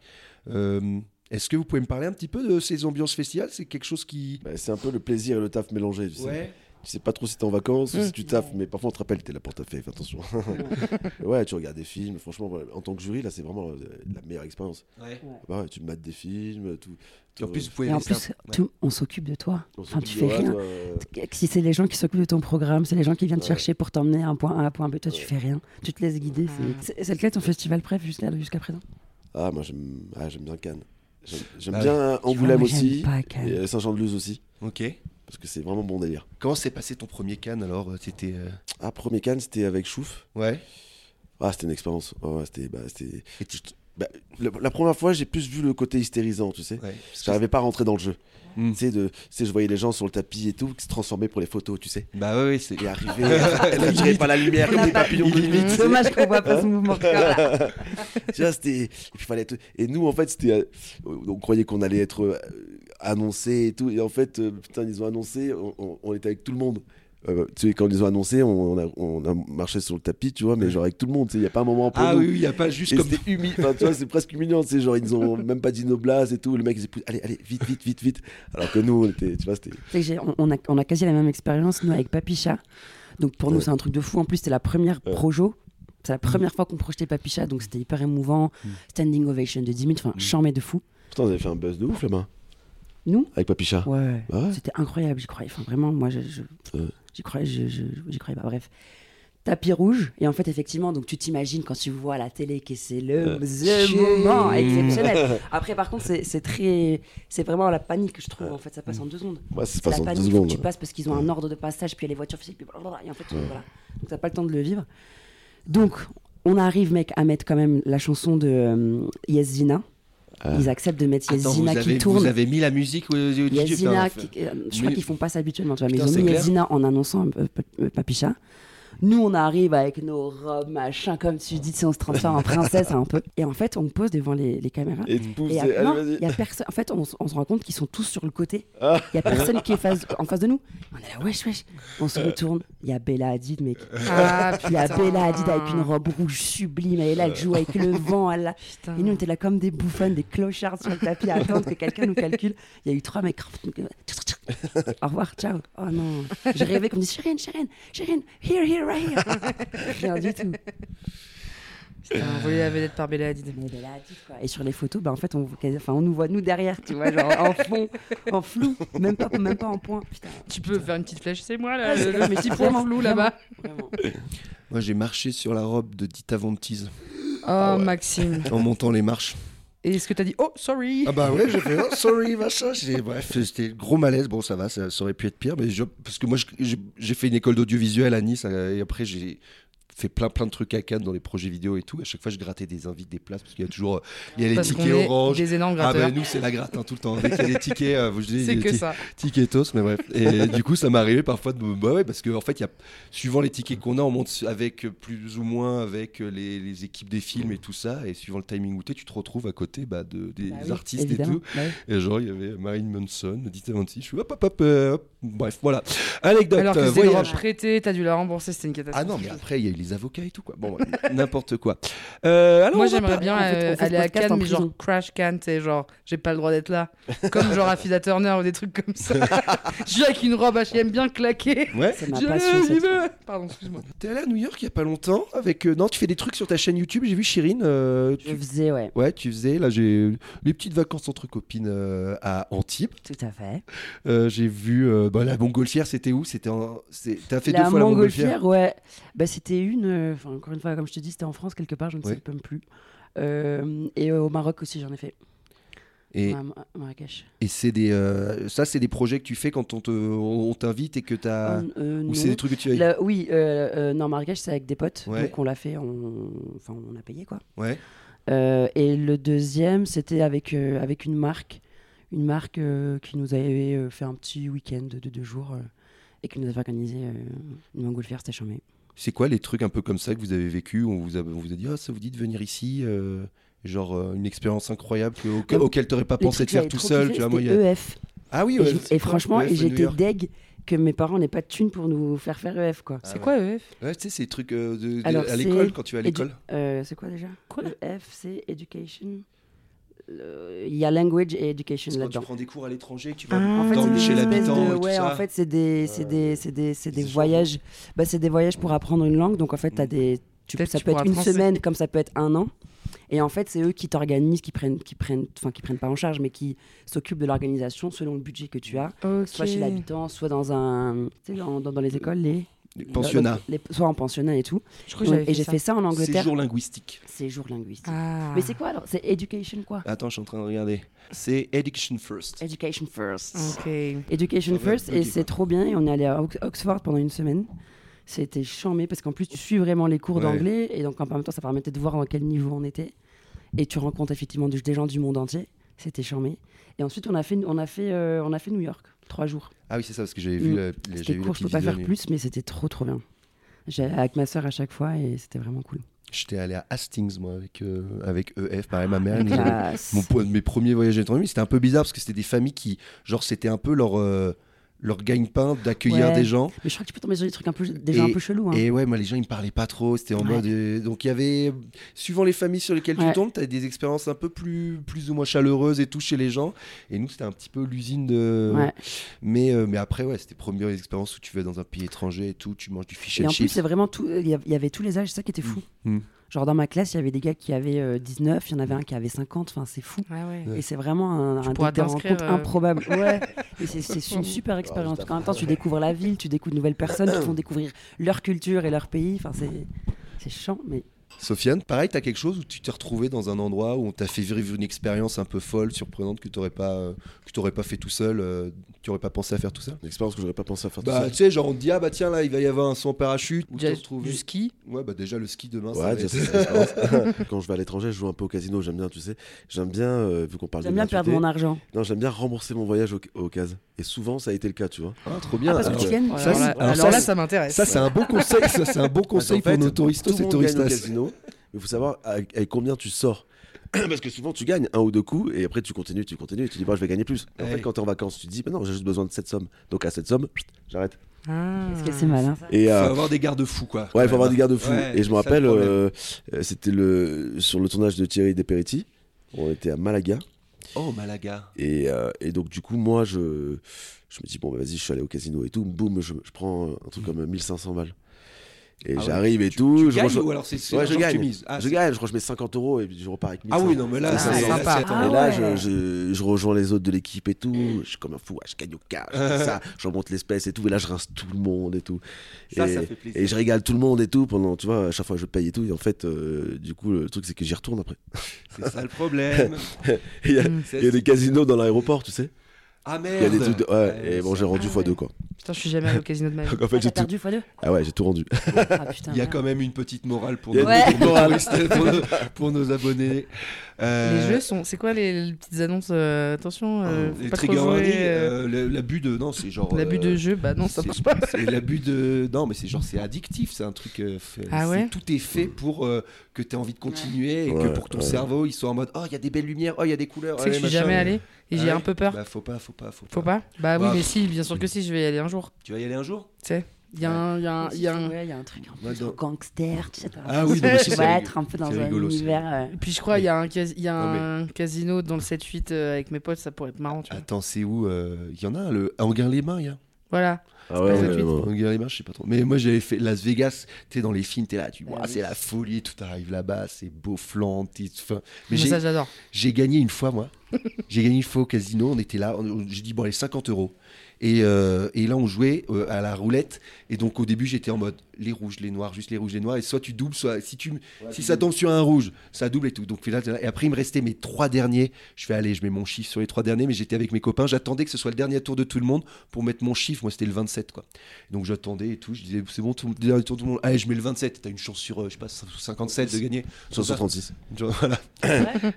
D: Euh, Est-ce que vous pouvez me parler un petit peu de ces ambiances festivals C'est quelque chose qui.
B: Bah, C'est un peu le plaisir et le taf mélangés. Tu sais. Tu sais pas trop si t'es en vacances ou si
A: Mm.
B: tu taffes, mais parfois on te rappelle, t'es là pour taffer, fais attention. *laughs* ouais, tu regardes des films, franchement, voilà, en tant que jury, là, c'est vraiment euh, la meilleure expérience. Bah ouais, tu mates des films, tout. tout
D: En plus, vous pouvez.
A: Et en
D: laisser un-
A: plus,
D: ouais.
A: tout- on s'occupe de toi.
B: on
A: Enfin,
B: s'occupe
A: Ah, tu
B: de
A: fais rien.
B: toi, toi, euh,
A: Si c'est les gens qui s'occupent de ton programme, c'est les gens qui viennent te
B: Ouais.
A: chercher pour t'emmener à un point A à un point B, toi tu fais rien, tu te laisses guider. c'est- C'est c'est lequel ton festival préf jusqu'à jusqu'à présent
B: Ah, moi, j'aime ah, j'aime bien Cannes. J'aime j'aime
A: Bah
D: Ah
B: bien Angoulême
A: moi, j'aime
B: aussi,
A: pas Cannes.
B: et euh, Saint-Jean-de-Luz aussi,
D: Ok.
B: parce que c'est vraiment bon délire.
D: Comment s'est passé ton premier Cannes alors C'était. euh,
B: Ah, premier Cannes, c'était avec Chouf.
D: Ouais.
B: Ah, c'était une expérience. Ouais, ouais, c'était bah, c'était-
D: Et tu-
B: bah, la, la première fois, j'ai plus vu le côté hystérisant, tu sais. J'arrivais pas à rentrer dans le jeu.
D: Mm.
B: Tu sais, de, tu sais, je voyais les gens sur le tapis et tout qui se transformaient pour les photos, tu sais.
D: Bah ouais, ouais,
B: Et
D: *laughs* c'est.
B: arriver, elle attirait pas la lumière comme des papillons de nuit.
C: Mmh.
B: tu sais.
A: Dommage qu'on voit pas ce mouvement de corps, là.
B: Tu vois, c'était. Et puis fallait être- Et nous, en fait, c'était. euh, On croyait qu'on allait être euh, annoncé et tout. Et en fait, euh, putain, ils ont annoncé. On, on- on était avec tout le monde. Euh, tu sais, quand ils ont annoncé, on, on a, on a marché sur le tapis, tu vois, mais genre avec tout le monde. Il n'y a pas un moment pour
D: Ah
B: nous.
D: oui, il y a pas juste
B: Et
D: comme.
B: c'était humiliant, enfin, tu vois, c'est presque humiliant, c'est genre ils ont même pas dit nos blases et tout, le mec il s'est poussé, allez, allez, vite, vite, vite, vite. Alors que nous, on était, tu vois, c'était.
A: Tu sais, j'ai- on, on a, on a quasi la même expérience, nous, avec Papicha. Donc pour nous,
B: Ouais. Mm.
A: c'est un truc de fou. En plus, c'était la première projo. C'est la première fois qu'on projetait Papicha, donc c'était hyper émouvant. Standing ovation de 10 minutes,
B: Mm.
A: enfin, chambé de fou.
B: Putain, vous avez fait un buzz de ouf là-bas.
A: Nous
B: Avec Papicha.
A: Ouais.
B: Ah ouais
A: C'était incroyable, j'y croyais. Enfin, vraiment, moi, je- je-
B: Ouais.
A: j'y croyais, je- je- j'y croyais pas. Bref. Tapis rouge. Et en fait, effectivement, donc tu t'imagines quand tu vois à la télé que c'est le the moment
B: *laughs*
A: exceptionnel. Après, par contre, c'est c'est très. C'est vraiment la panique, je trouve. En fait, ça passe en deux secondes.
B: Moi, ça se
A: C'est
B: passe
A: la
B: en deux
A: panique, faut que
B: secondes.
A: tu passes parce qu'ils ont un ordre de passage, puis il y a les voitures physiques, puis blablabla, et en fait, voilà. Donc t'as pas le temps de le vivre. Donc, on arrive, mec, à mettre quand même la chanson de euh, Yes Zina.
B: Ah.
A: Ils acceptent de mettre Yes
D: Attends, vous
A: Zina
D: avez,
A: qui
D: vous
A: tourne.
D: avez mis la musique au, au DJ,
A: Yes
D: putain,
A: Zina,
D: enfin.
A: qui- euh, je crois
D: Mais-
A: qu'ils font pas ça habituellement, tu vois, mais
D: Putain,
A: ils
D: c'est
A: ont mis
D: clair.
A: Yes Zina en annonçant euh, euh, Papicha. Nous, on arrive avec nos robes, machin, comme tu dis, tu sais, on se transforme en princesse un peu. Et en fait, on pose devant les, les caméras.
B: Et tu pousses,
A: Et y a-
B: c'est-
A: non,
B: allez,
A: y
B: vas-y.
A: a personne. En fait, on, s- on se rend compte qu'ils sont tous sur le côté. Il
B: Ah.
A: y a personne qui est face, en face de nous. On est là, wesh, wesh. On se retourne. Il y a Bella Hadid, mec.
C: Ah,
A: Il y a
C: putain.
A: Bella Hadid avec une robe rouge sublime. Elle est là, elle joue avec le vent. Elle, là.
C: Putain.
A: Et nous, on était là comme des bouffonnes, des clochards sur le tapis à attendre que quelqu'un nous calcule. Il y a eu trois mecs. Au revoir, ciao. Oh non. J'ai rêvé qu'on me dise Chérine, Chérine, Chérine, here, here, right here. Rien du tout.
C: Putain, on voulait la vedette par Bella Hadid.
A: Mais Bella Hadid, quoi. Et sur les photos, bah, en fait, on, voit quasi- enfin, on nous voit nous derrière, tu vois, genre en fond, en flou, même pas, même pas en point. Putain,
C: Tu peux faire une petite flèche, c'est moi là,
A: Ah,
C: le,
A: c'est
C: le
A: là, mais
C: petit
A: c'est
C: point
A: vraiment,
C: flou
A: vraiment.
C: là-bas.
A: vraiment.
D: Moi, j'ai marché sur la robe de Dita Von Teese
C: Oh,
D: Ah
C: Maxime.
D: en montant les marches.
C: Et est-ce que t'as dit oh sorry
D: Ah bah ouais, j'ai fait oh, sorry, machin. J'ai- Bref, c'était gros malaise. Bon, ça va, ça, ça aurait pu être pire. Mais je- parce que moi, je- j'ai j'ai fait une école d'audiovisuel à Nice. euh, Et après, j'ai fait plein plein de trucs à Cannes dans les projets vidéo et tout. À chaque fois, je grattais des invites, des places. Parce qu'il y a toujours. euh, Il y a les
C: Parce qu'on
D: tickets
C: est
D: orange.
C: des énormes
D: Ah
C: gratteurs.
D: bah nous, c'est la gratte hein, tout le temps. Dès qu'il y a des tickets, euh, vous- je dis,
C: c'est
D: les
C: que
D: ti-
C: ça.
D: Ticketos, mais bref.
C: *laughs*
D: Et du coup, ça m'est arrivé parfois de. Bah ouais, parce que en fait, il y a, suivant les tickets qu'on a, on monte avec euh, plus ou moins avec euh, les, les équipes des films et tout ça. Et suivant le timing où t'es, tu te retrouves à côté bah, de, des
A: Bah oui,
D: artistes
A: évidemment.
D: et tout.
A: Bah oui.
D: Et genre, il y avait Marine Manson, Dita Von Teese, Je suis hop, hop, hop. euh, hop. Bref, voilà. Anecdote.
C: Alors que
D: euh,
C: c'est une robe
D: voyage.
C: prêtée, t'as dû la rembourser, c'était une catastrophe.
D: Ah non, mais après, il y a eu les avocats et tout, quoi.
C: *laughs*
D: Bon, ouais, n'importe quoi. Euh, alors,
C: Moi
D: on va
C: j'aimerais
D: pas-
C: bien
A: on fait- on
C: euh,
A: fait ce
C: aller à
A: podcast
C: Cannes,
A: en
C: mais genre
A: prison.
C: crash Cannes, c'est genre j'ai pas le droit d'être là. Comme genre à Fida Turner ou des trucs comme
D: *laughs*
C: ça. Je suis avec une robe HM bien claquée.
D: Ouais.
A: C'est ma
C: Je-
A: passion.
C: j'y
A: cette-
C: vais. Pardon, excuse-moi.
D: T'es allé à New York il y a pas longtemps avec. euh, non, tu fais des trucs sur ta chaîne YouTube. J'ai vu Chirine. euh,
A: Je
D: tu-
A: faisais, ouais,
D: Ouais, tu faisais. Là, j'ai les petites vacances entre copines euh, à Antibes.
A: tout à fait.
D: Euh, j'ai vu euh, bah, la Montgolfière. C'était où C'était en. c'est- T'as fait deux
A: La
D: fois
A: montgolfière, ouais. Bah, c'était une, euh, enfin, encore une fois, comme je te dis, c'était en France quelque part, je ne sais
D: Ouais.
A: même plus. Euh, et euh, au Maroc aussi, j'en ai fait.
D: la Montgolfière.
A: À Ma- à Ah, Marrakech.
D: Et, et c'est des. euh, ça, c'est des projets que tu fais quand on te on t'invite et que t'as.
A: Euh, euh,
D: Ah, Ou c'est
A: non.
D: des trucs que tu as.
A: Là, oui, euh, euh, non, Marrakech, c'est avec des potes.
D: Ouais.
A: Donc on l'a fait, on... Enfin, on a payé quoi.
D: Ouais.
A: Euh, et le deuxième, c'était avec, euh, avec une marque. Une marque euh, qui nous avait euh, fait un petit week-end de deux jours euh, et qui nous avait organisé euh, une montgolfière, c'était charmé.
D: C'est quoi les trucs un peu comme ça que vous avez vécu On vous a, on vous a dit ah ça vous dit de venir ici. euh, Genre euh, une expérience incroyable que- auque-
A: Comme-
D: auquel t'aurais pas
A: Le truc
D: pensé de
A: que
D: faire
A: j'avais
D: tout
A: trop
D: seul.
A: kiffé,
D: Tu vois, moi, il y
A: c'était
D: a-
A: EF.
D: Ah oui.
A: Et
D: ouais,
A: je-
D: c'est
A: et
D: quoi,
A: franchement,
D: EF
A: et
D: de New
A: j'étais
D: York
A: deg que mes parents n'aient pas de thunes pour nous faire faire EF quoi. E
D: Ah
C: C'est
D: ouais.
C: quoi EF
D: Ouais, tu sais, ces trucs euh, de- de-
A: Alors,
D: à
A: c'est
D: l'école quand tu vas à
A: édu-
D: l'école.
A: Euh, c'est quoi déjà EF, c'est Education. Le- Il y a Language et Education
D: C'est quand tu
A: là-dedans.
D: prends des cours à l'étranger, que tu vas
A: Ah, en fait,
D: dans
A: c'est
D: le
A: des
D: chez
A: espèces
D: l'habitant
A: de-
D: et tout
A: ouais,
D: ça.
A: en fait, c'est des, c'est des, c'est des, c'est
D: Des Mm.
A: des
D: échanges.
A: voyages. Bah, c'est des voyages pour apprendre une langue. Donc, en fait, t'as des, tu,
C: Peut-être
A: ça
C: tu
A: peut être
C: pourras
A: une
C: français.
A: semaine, comme ça peut être un an. Et en fait, c'est eux qui t'organisent, qui prennent, qui prennent, enfin, qui prennent pas en charge, mais qui s'occupent de l'organisation selon le budget que tu as, soit chez l'habitant, soit dans un, tu sais, dans, dans- dans les écoles, les,
D: Des pensionnats.
A: les- soit en pensionnat et tout.
C: Je crois que j'avais
A: et j'ai
C: ça.
A: fait ça euh, en Angleterre.
D: Séjour linguistique.
A: Séjour linguistique.
C: Ah.
A: Mais c'est quoi alors C'est education quoi
D: Attends, je suis en train de regarder. C'est Education First.
A: Education first.
C: Ok.
A: Education
D: Ah ouais,
A: First,
D: ok,
A: et
D: quoi.
A: c'est trop bien. Et on est allé à Ox- Oxford pendant une semaine. C'était chambé parce qu'en plus, tu suis vraiment les cours
D: Ouais.
A: d'anglais. Et donc, en même temps, ça permettait de voir dans quel niveau on était. Et tu rencontres effectivement du- des gens du monde entier. C'était charmé. Et ensuite, on a fait, on a fait, euh, on a fait New York, trois jours.
D: Ah oui, c'est ça, parce que j'avais vu
A: Mm.
D: la, les- j'ai
A: C'était
D: vu la
A: court, je peux
D: petite
A: pas
D: vidéo
A: faire
D: nu.
A: plus, mais c'était trop, trop bien. J'allais avec ma sœur à chaque fois et c'était vraiment cool.
D: J'étais allé à Hastings, moi, avec, euh, avec EF, pareil, ma mère. elle nous avait-
A: Ah, Classe.
D: Mon po- mes premiers voyages à l'étranger, mais c'était un peu bizarre parce que c'était des familles qui, genre, c'était un peu leur, euh, leur gagne-pain d'accueillir
A: Ouais.
D: des gens.
A: Mais je crois que tu peux tomber sur des trucs un peu, déjà un peu chelous. hein.
D: Et ouais, moi, les gens, ils me parlaient pas trop. C'était en
A: Ouais.
D: mode. euh, donc, il y avait. Suivant les familles sur lesquelles tu
A: Ouais.
D: tombes, t'as des expériences un peu plus, plus ou moins chaleureuses et tout chez les gens. Et nous, c'était un petit peu l'usine de.
A: Ouais.
D: Mais, euh, mais après, ouais, c'était première expérience où tu vas dans un pays étranger et tout, tu manges du fish
A: Et
D: and
A: en plus,
D: chips.
A: c'est vraiment tout. euh, Il y av- il y avait tous les âges, c'est ça qui était fou.
D: Mm.
A: Genre dans ma classe, il y avait des gars qui avaient euh, 19, il y en avait un qui avait 50. Enfin, c'est fou.
C: Ouais, ouais.
A: Et c'est vraiment un,
C: Tu
A: un
C: pourras
A: truc de
C: t'inscrire,
A: rencontre
C: euh. *laughs*
A: improbable. Ouais. Et c'est- c'est une
D: Oh,
A: super expérience. En même temps, tu découvres la ville, tu découvres de nouvelles personnes
D: *clears throat*
A: qui te font découvrir leur culture et leur pays. Enfin, c'est c'est chiant, mais
D: Sofiane, pareil, t'as quelque chose où tu t'es retrouvé dans un endroit où on t'a fait vivre une expérience un peu folle, surprenante, que t'aurais pas, euh, que t'aurais pas fait tout seul, euh, tu aurais pas pensé à faire tout ça
B: Une expérience que j'aurais pas pensé à faire
D: Bah,
B: tout
D: tu sais, genre, on te dit, ah bah tiens, là, il va y avoir un saut en parachute, où
C: Déjà,
D: t'as retrouvé.
C: du ski.
D: Ouais, bah déjà, le ski demain,
B: seul.
D: ça
B: Ouais,
D: va
B: déjà,
D: être-
B: c'est une expérience. *laughs* Quand je vais à l'étranger, je joue un peu au casino, j'aime bien, tu sais. J'aime bien, euh, vu qu'on
D: Ah,
B: parle de
A: j'aime bien perdre mon
B: gratuité,
A: argent.
B: Non, j'aime bien rembourser mon voyage au, au cases. Et souvent, ça a été le cas, tu vois.
D: Ah, trop bien.
A: Ah, parce que
D: alors.
A: tu gagnes.
C: Alors
D: Ça, c'est-
C: là,
D: alors
C: alors
D: ça,
C: là,
D: c'est-
C: ça m'intéresse.
D: Ça, c'est un bon conseil. Ça, c'est un *laughs* bon conseil
B: Parce qu'en
D: pour
B: fait,
D: nos touristos
B: tout le
D: et
B: monde gagne au
D: touristas.
B: casino, mais faut savoir avec, avec combien tu sors. *clears throat* Parce que souvent, tu gagnes un ou deux coups et après, tu continues, tu continues et tu dis, bah, je vais gagner plus. Et en
D: Ouais.
B: fait, quand t'es en vacances, tu te dis, bah non, j'ai juste besoin de cette somme. Donc, à cette somme, pfft, j'arrête.
C: Ah.
A: Parce que c'est hein. malin.
B: Et.
D: Faut
B: euh,
D: avoir des garde-fous, quoi.
B: Ouais, il faut avoir des garde-fous.
D: Ouais,
B: et je me
D: c'est ça le
B: rappelle,
D: problème.
B: euh, euh, c'était le sur le tournage de Thierry Desperetti. On était à Malaga.
D: Oh, Malaga.
B: Et, euh, et donc, du coup, moi, je, je me dis, bon, bah, vas-y, je suis allé au casino et tout. Boum, je, je prends un truc comme 1500 balles. Et
D: Hmm. Ah ouais.
B: j'arrive et tout.
D: Tu
B: je
D: gagnes
B: reçois-
D: ou alors c'est c'est
B: Ouais,
D: l'argent
B: je
D: que tu
B: gagne.
D: mises Ah,
B: je
D: c'est-
B: gagne, je crois que je mets 50 euros et puis je repars avec 1500.
D: Ah oui, non, mais là,
B: Ah,
D: c'est
B: c'est
D: là,
C: sympa.
D: c'est- attends.
A: Ah
B: et là,
A: ouais.
B: je, je, je rejoins les autres de l'équipe et tout. Je suis comme un fou, ouais, je gagne au cash, c'est ça. Je remonte l'espèce et tout. Et là, je rince tout le monde et tout.
D: Ça,
B: et,
D: ça fait plaisir.
B: et je régale tout le monde et tout pendant, tu vois, à chaque fois que je paye et tout. Et en fait, euh, du coup, le truc, c'est que j'y retourne après. *laughs*
D: C'est ça le problème.
B: Il y a,
D: C'est-
B: il y a des casinos dans l'aéroport, tu sais.
D: Ah
B: Il y a
D: Mm. merde.
B: des trucs de- ouais,
D: Ouais,
B: et bon,
D: ça-
B: j'ai rendu
C: Ah
B: fois
C: ouais.
B: deux, quoi.
C: Putain, je suis jamais allé au casino de
D: *laughs*
C: ma vie.
B: Donc, en
A: Ah,
B: fait, j'ai
A: T'as
B: tout.
A: perdu fois deux
B: Ah ouais, j'ai tout rendu.
A: Ah putain.
D: Il y a
A: merde.
D: quand même une petite morale pour
B: Il y
D: nos,
B: a
A: Ouais.
D: pour nos touristes, pour nos- pour nos abonnés.
C: Les
D: Euh,
C: jeux sont. C'est quoi les, les petites annonces euh, Attention, euh, faut
D: les
C: pas trop
D: trigger
C: jouer,
D: warning,
C: euh,
D: euh, le- l'abus de non, c'est genre
C: L'abus de
D: euh,
C: jeu, bah non, ça
D: c'est-
C: marche pas.
D: c'est L'abus de non, mais c'est genre c'est addictif, c'est un truc. euh, fait-
C: Ah
D: c'est-
C: ouais
D: Tout est fait pour euh, que tu aies envie de continuer et que
B: Mm. Ouais,
D: pour que ton
B: ouais.
D: cerveau il soit en mode oh il y a des belles lumières, oh il y a des couleurs.
C: Tu sais que je
D: ouais,
C: suis
D: machin.
C: jamais allé et
D: Ah
C: j'ai
D: ouais
C: un peu peur.
D: Bah faut pas, faut pas, faut pas.
C: Faut pas Bah oui,
D: Bah,
C: mais si, bien sûr que si, je vais y aller un jour.
D: Tu vas y aller un jour
C: Tu sais, il y a un. y a un-
A: Ouais,
C: y a un-
A: ouais, il y a un truc un
D: Ouais,
A: peu genre
D: donc-
A: gangster, tu sais. t'as
D: Ah oui,
A: l'impression
D: donc
A: que
D: c'est
A: tu vas
D: rigolo.
A: être un peu dans
D: C'est
A: un
D: rigolo, c'est
A: univers. euh,
C: Et puis je crois, il y a un, cas- il y a
D: Non,
C: un casino dans le 7-8 euh, avec mes potes, ça pourrait être marrant, tu vois.
D: Attends, c'est où euh, Il y en a un, le Anguin les Mains, il y a.
C: Voilà.
B: *laughs* Ah
C: ouais,
B: ouais,
C: ouais,
B: ouais.
D: Anguin les Mains, je sais pas trop. Mais moi j'avais fait Las Vegas, tu sais dans les films, t'es là, tu vois,
A: Ah oui.
D: c'est la folie, tout arrive là-bas, c'est beau, flan, t'es- enfin,
C: Mais
D: Mais j'ai
C: ça, j'adore.
D: J'ai gagné une fois, moi. J'ai gagné une fois au casino. On était là. on- on- J'ai dit, bon, allez, 50 euros. Et, euh, et là, on jouait euh, à la roulette. Et donc, au début, j'étais en mode les rouges, les noirs, juste les rouges, les noirs. Et soit tu doubles, soit si, tu, si ça tombe sur un rouge, ça double et tout. Donc, là, là- et après, il me restait mes trois derniers. Je fais, allez, je mets mon chiffre sur les trois derniers. Mais j'étais avec mes copains. J'attendais que ce soit le dernier tour de tout le monde pour mettre mon chiffre. Moi, c'était le 27, quoi. Donc, j'attendais et tout. Je disais, c'est bon, tout, le dernier tour, tout le monde. Allez, je mets le 27. T'as une chance sur, euh, je sais pas, 57 de gagner.
B: 536.
D: Genre, voilà.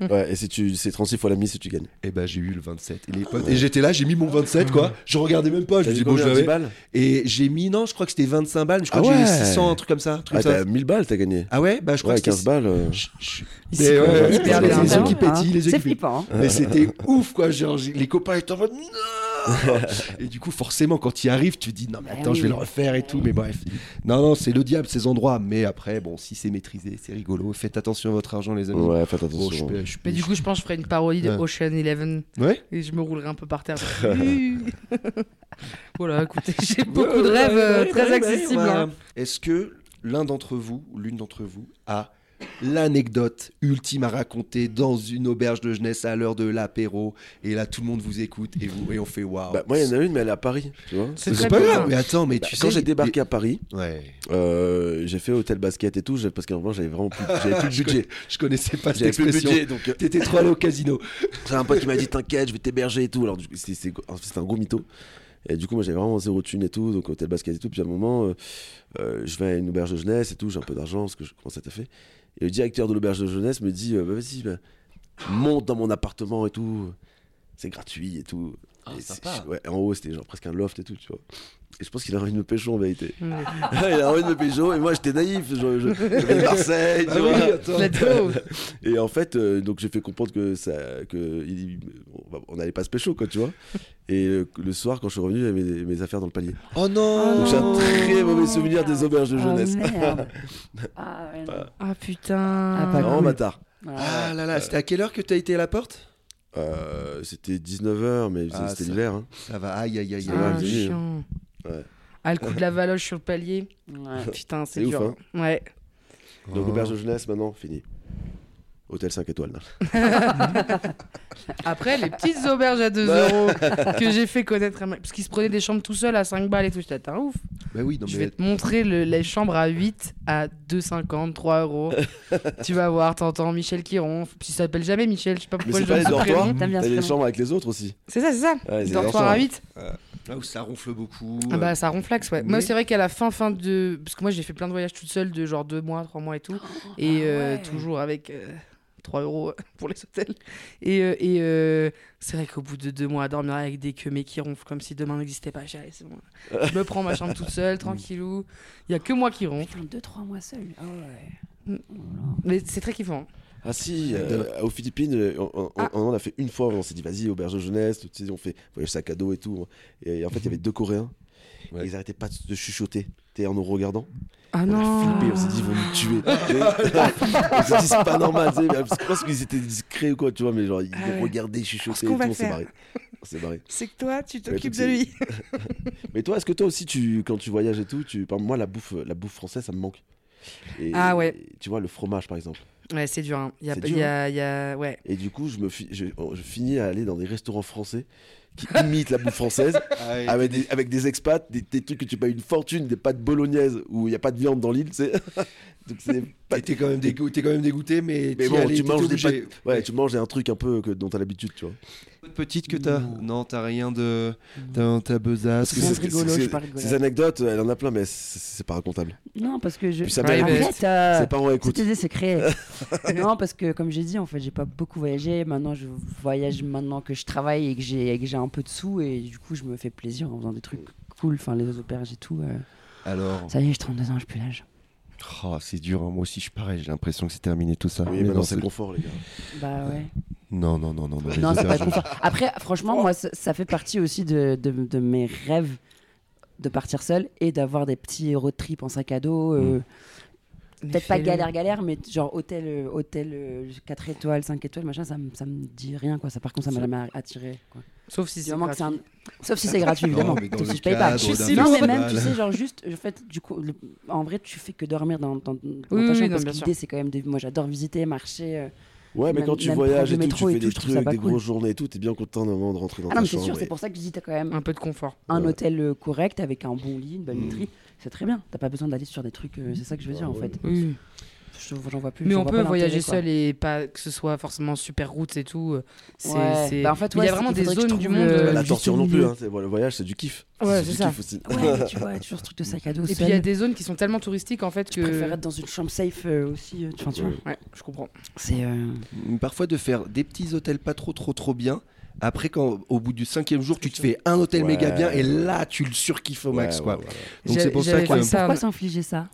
D: Mm.
B: Ouais, et si tu, c'est 36 fois la mise si tu gagnes.
D: Et bah j'ai eu le 27. Et, les potes- et j'étais là, j'ai mis mon 27 quoi. Je regardais même pas, je me dis bon je l'avais.
B: balles
D: Et j'ai mis, non, je crois que c'était 25 balles, je crois
B: Ah
D: que j'ai
B: ouais.
D: 600, un truc comme ça. un truc
B: Ah,
D: comme
B: t'as
D: ça.
B: 1000 balles, t'as gagné.
D: Ah ouais, bah je crois
B: Ouais,
D: que c'était-
B: 15 balles. euh.
D: Je- je-
C: Ici,
D: Mais
C: quoi,
D: ouais,
C: hyper bien.
D: hyper les yeux qui
A: Ah, hein.
D: pétillent, les yeux
A: C'est
D: qui pétillent.
A: flippant. hein.
D: Mais c'était ouf quoi, genre j'ai- les copains étaient en mode
B: *laughs*
D: non Et du coup forcément quand il arrive tu dis non
C: Ah
D: mais
A: Bah
D: attends
A: oui.
D: je vais le refaire et tout mais bref. Non non c'est le diable ces endroits mais après bon si c'est maîtrisé c'est rigolo faites attention à votre argent les amis.
B: Ouais, faites
D: Bon, je
B: attention.
D: peux- je peux-
C: Mais du coup, je pense que je ferais une parodie de
D: Ouais.
C: Ocean Eleven
D: ouais
C: et je me roulerai un peu par
D: *laughs*
C: terre. *laughs* voilà, écoutez, j'ai beaucoup
D: Ouais,
C: de
D: ouais,
C: rêves
D: ouais,
C: euh,
D: ouais,
C: très
D: ouais,
C: accessibles.
D: ouais, ouais.
C: hein.
D: Est-ce que l'un d'entre vous, ou l'une d'entre vous, a l'anecdote ultime à raconter dans une auberge de jeunesse à l'heure de l'apéro Et là, tout le monde vous écoute et, vous, et on fait waouh.
B: Bah, moi, il y en a une, mais elle est à Paris, tu vois.
C: C'est très
D: c'est pas
C: bien.
D: grave, mais attends, mais
B: Bah,
D: tu
B: quand
D: sais.
B: j'ai débarqué à Paris,
D: Ouais.
B: euh, j'ai fait hôtel basket et tout, j'ai- parce qu'à un moment, j'avais vraiment plus, j'avais plus de
D: *laughs*
B: budget.
D: Je connais- Je connaissais pas cette
B: Ah, J'avais plus de
D: expression.
B: budget, donc euh,
D: T'étais trop allé au casino.
B: c'est un pote qui m'a dit T'inquiète, je vais t'héberger et tout. Alors, du coup, c'est c'est- en fait, c'est un gros mytho. Et du coup, moi, j'avais vraiment zéro thune et tout, donc hôtel basket et tout. Puis à un moment, euh, euh, je vais à une auberge de jeunesse et tout, j'ai un peu d'argent, parce que je commence à taffer. Et le directeur de l'auberge de jeunesse me dit euh, bah, Vas-y, bah, monte dans mon appartement et tout. C'est gratuit et tout.
F: Ah,
B: Et
F: sympa.
B: c'est- ouais, en haut, c'était genre presque un loft et tout, tu vois. Et je pense qu'il a envie de me pécho en
F: *laughs*
B: vérité. il a envie de me pécho et moi j'étais naïf. Je, je, je venais de Marseille,
F: Ah
D: Ah
B: tu vois.
C: Let's go.
B: Et en fait, euh, donc j'ai fait comprendre que ça, que il- on n'allait pas se pécho, quoi, tu vois. Et euh, le soir, quand je suis revenu, j'avais mes, mes affaires dans le panier.
D: Oh non
C: Ah.
B: Donc j'ai un
A: Oh.
B: très mauvais souvenir des auberges de
A: Ah,
B: jeunesse.
A: merde. Ah, ouais, non.
C: Ah putain.
A: Ah, pas
B: non,
A: cool.
B: bâtard.
D: Ah là là, c'était à quelle heure que t'as été à la porte
B: Euh, c'était 19h, mais
D: Ah,
B: c'était
D: ça-
B: l'hiver. hein.
D: Ça va, aïe aïe aïe.
C: Ah,
B: Ouais,
D: aïe.
B: vas-y.
C: chiant.
B: Ouais. Ah,
C: Ah, le coup de la valoche sur le palier. Ah,
A: Ouais.
C: Putain, c'est
B: C'est ouf,
C: dur. hein. Oh.
B: hein.
C: Ouais.
B: Donc auberge de jeunesse, maintenant, fini. Hôtel 5 étoiles. non.
C: Après, les
B: *laughs*
C: petites auberges à 2 euros que j'ai fait connaître à ma- Parce qu'ils se prenaient des chambres tout seuls à 5 balles et tout. J'étais, t'es un ouf.
D: Bah oui, non
C: Ah, Je
D: mais.
C: vais te montrer le- les chambres à 8 à 2,50, 3
B: *laughs*
C: euros. tu vas voir, t'entends Michel qui ronfle. Puis il s'appelle jamais Michel, je sais pas
B: Mais
C: pourquoi
B: c'est
C: je
B: pas
C: donne
B: les
C: ce
B: dortoirs,
C: prénom.
A: T'aimes bien
B: t'as
A: ce
B: les
A: prénom.
B: chambres avec les autres aussi.
C: C'est ça, c'est ça.
B: Ouais, c'est
C: dortoir à 8.
D: Là Ah, où ça ronfle beaucoup.
C: Ah bah ça ronflaxe ouais.
D: Mais-
C: Moi c'est vrai qu'à la fin fin de parce que moi j'ai fait plein de voyages toute seule de genre deux mois, trois mois et tout
B: Oh, ah
C: et euh, toujours avec euh, 3 euros *laughs* pour les hôtels et, euh, et euh, c'est vrai qu'au bout de deux mois à dormir avec des queumés qui ronflent comme si demain n'existait pas, j'ai c'est bon. Je me prends ma chambre toute *laughs* seule tranquillou. Il y a que moi qui ronfle.
A: Putain, 2-3 mois seul. Ah ouais.
C: Mais c'est très kiffant.
B: Ah si, euh, aux Philippines, euh, on, on-
C: Ah.
B: on en a fait une fois, on s'est dit vas-y, auberge de jeunesse, tu sais, on fait voyage sac à dos et tout. Et en fait, il y avait deux Coréens,
F: Ouais.
B: et ils arrêtaient pas de chuchoter. t'es en nous regardant,
C: Ah
B: on
C: non.
B: a flippé, on s'est dit ils vont nous tuer.
C: *laughs*
B: *laughs* on s'est dit c'est pas normal, tu sais, parce que je pense qu'ils étaient discrets ou quoi, tu vois, mais genre ils
C: Ah ouais.
B: regardaient, chuchoter
C: qu'on
B: et tout,
C: va
B: on s'est
C: faire.
B: barré. On s'est barré.
C: C'est que toi tu
B: Ouais,
C: t'occupes
B: donc
C: de
B: c'est-
C: lui.
B: Mais toi, est-ce que toi aussi, tu, quand tu voyages et tout, tu, par exemple, moi la bouffe, la bouffe française, ça me manque. Et-
C: Ah ouais.
B: Tu vois le fromage par exemple.
C: *laughs* Ouais, c'est dur. hein. Il y a
B: C'est
C: il
B: dur,
C: y a il y a ouais.
B: Et du coup, je me fi- je- oh, je finis à aller dans des restaurants français qui *laughs* imitent la bouffe française. *laughs*
D: Ah,
B: avec des, avec des expats, des, des trucs que tu payes une fortune, des pâtes bolognaises où il n'y a pas de viande dans l'île, tu sais. *laughs* Donc c'est pas-
D: T'es- T'es quand, même dégo- t'es quand même dégoûté, mais,
B: Bah, Mais
D: t'y
B: bon,
D: allais,
B: tu
D: t'étais
B: manges des
D: obligé.
B: pâtes. Ouais, tu manges un truc un peu que, dont t'as l'habitude, tu vois.
D: Petite que t'as Non, t'as rien de. T'as t'as besace.
A: Rien de rigolo,
B: c'est-
A: je
B: c'est-
A: suis pas rigolo.
B: Ces anecdotes, elle en a plein, mais c'est- c'est pas racontable.
A: Non, parce que je.
B: Puis ça
C: Private.
A: Arrête, euh,
B: Ses parents écoutent.
A: C'était des *laughs* secrets. non, parce que comme j'ai dit, en fait, j'ai pas beaucoup voyagé. Maintenant, je voyage maintenant que je travaille et que j'ai et que j'ai un peu de sous et du coup, je me fais plaisir en faisant des trucs cool, enfin les auberges et tout. euh.
D: Alors.
A: Ça y est, j'ai 32 ans, je plus l'âge.
D: Oh, c'est dur, hein. moi aussi je suis pareil, j'ai l'impression que c'est terminé tout ça.
B: Oui,
D: Mais
B: maintenant
D: non,
B: c'est le confort, les gars.
A: Bah ouais.
D: Non, non, non, bah, non. Non,
A: Non,
D: les
A: c'est pas
D: auberges,
A: confort. Après, franchement, moi, ça, ça fait partie aussi de, de, de mes rêves de partir seul et d'avoir des petits road trips en sac à dos. euh,
D: Mm.
A: Peut-être pas
C: Fais-le.
A: galère, galère, mais genre hôtel, euh, hôtel euh, 4 étoiles, 5 étoiles, machin, ça, me- ça me dit rien, quoi. Ça, par contre, ça m'a jamais attiré. Quoi.
C: Sauf si
A: Du
C: c'est
A: moment que c'est
C: gratuit.
A: un- Sauf si c'est gratuit,
D: Non,
A: évidemment.
D: mais dans
A: Sauf
D: le
A: si je paye pas.
D: cadre
C: Je suis
D: d'un
C: si
A: Non, mais
C: lourde.
A: même, tu
D: festival.
A: sais, genre juste, en fait, du coup, le- en vrai, tu fais que dormir dans, dans, dans
C: oui,
A: ta chambre
C: non,
A: parce
C: bien
A: que
C: sûr.
A: l'idée, c'est quand même de. Moi, j'adore visiter, marcher. euh.
B: Ouais, mais
A: Même-
B: quand tu
A: même
B: voyages et
A: prendre le
B: tout, tu
A: métro et
B: fais des
A: tout, je trouve
B: trucs,
A: ça
B: des
A: pas cool.
B: grosses journées et tout, t'es bien content d'un moment de rentrer dans
A: Ah
B: ta
A: non, mais c'est
B: chambre.
A: sûr, c'est
B: et-
A: pour ça que je dis, t'as quand même
C: un peu de confort.
A: un
B: Ouais. Mm.
A: hôtel euh, correct avec un bon lit, une bonne literie. C'est très bien. T'as pas besoin d'aller sur des trucs. euh, c'est ça que je veux
B: Bah
A: dire, en fait.
B: Mm.
C: Oui.
A: Je- J'en vois plus.
C: Mais
A: j'en
C: on
A: vois
C: peut
A: pas
C: voyager
A: l'intérêt, quoi.
C: seul et pas que ce soit forcément super route et tout. euh, C'est,
A: Ouais.
C: c'est-
A: Bah, en fait,
C: Mais il y
A: ouais,
C: a vraiment
A: c'est-
C: des
A: il faudrait que
C: zones
A: je
C: du
A: trouve
C: monde.
A: le-
B: Pas
C: euh,
B: la
C: juste
B: torture
C: au
B: non plus,
C: milieu.
B: hein. c'est- voilà, le voyage c'est du kiff.
C: Ouais,
B: du
C: c'est ça.
B: kiff aussi. *laughs*
A: Ouais, tu vois, toujours ce truc de sac à dos.
C: Et puis
A: seul.
C: il y a des zones qui sont tellement touristiques en fait
A: Je
C: que.
A: préfère être dans une chambre safe euh, aussi. euh, tu- Enfin, tu vois,
C: Ouais, je comprends.
A: c'est. euh,
C: Ah,
D: Mais Parfois de faire des petits hôtels pas trop, trop, trop bien. Après, quand au bout du cinquième jour, tu te fais un hôtel
B: Ouais,
D: méga bien et
B: ouais.
D: là, tu le surkiffes au max.
B: Ouais,
D: quoi.
B: ouais, ouais.
D: Donc
C: J'ai-
D: c'est pour ça
C: j'avais
D: que.
C: fait ça.
A: Pourquoi s'infliger ça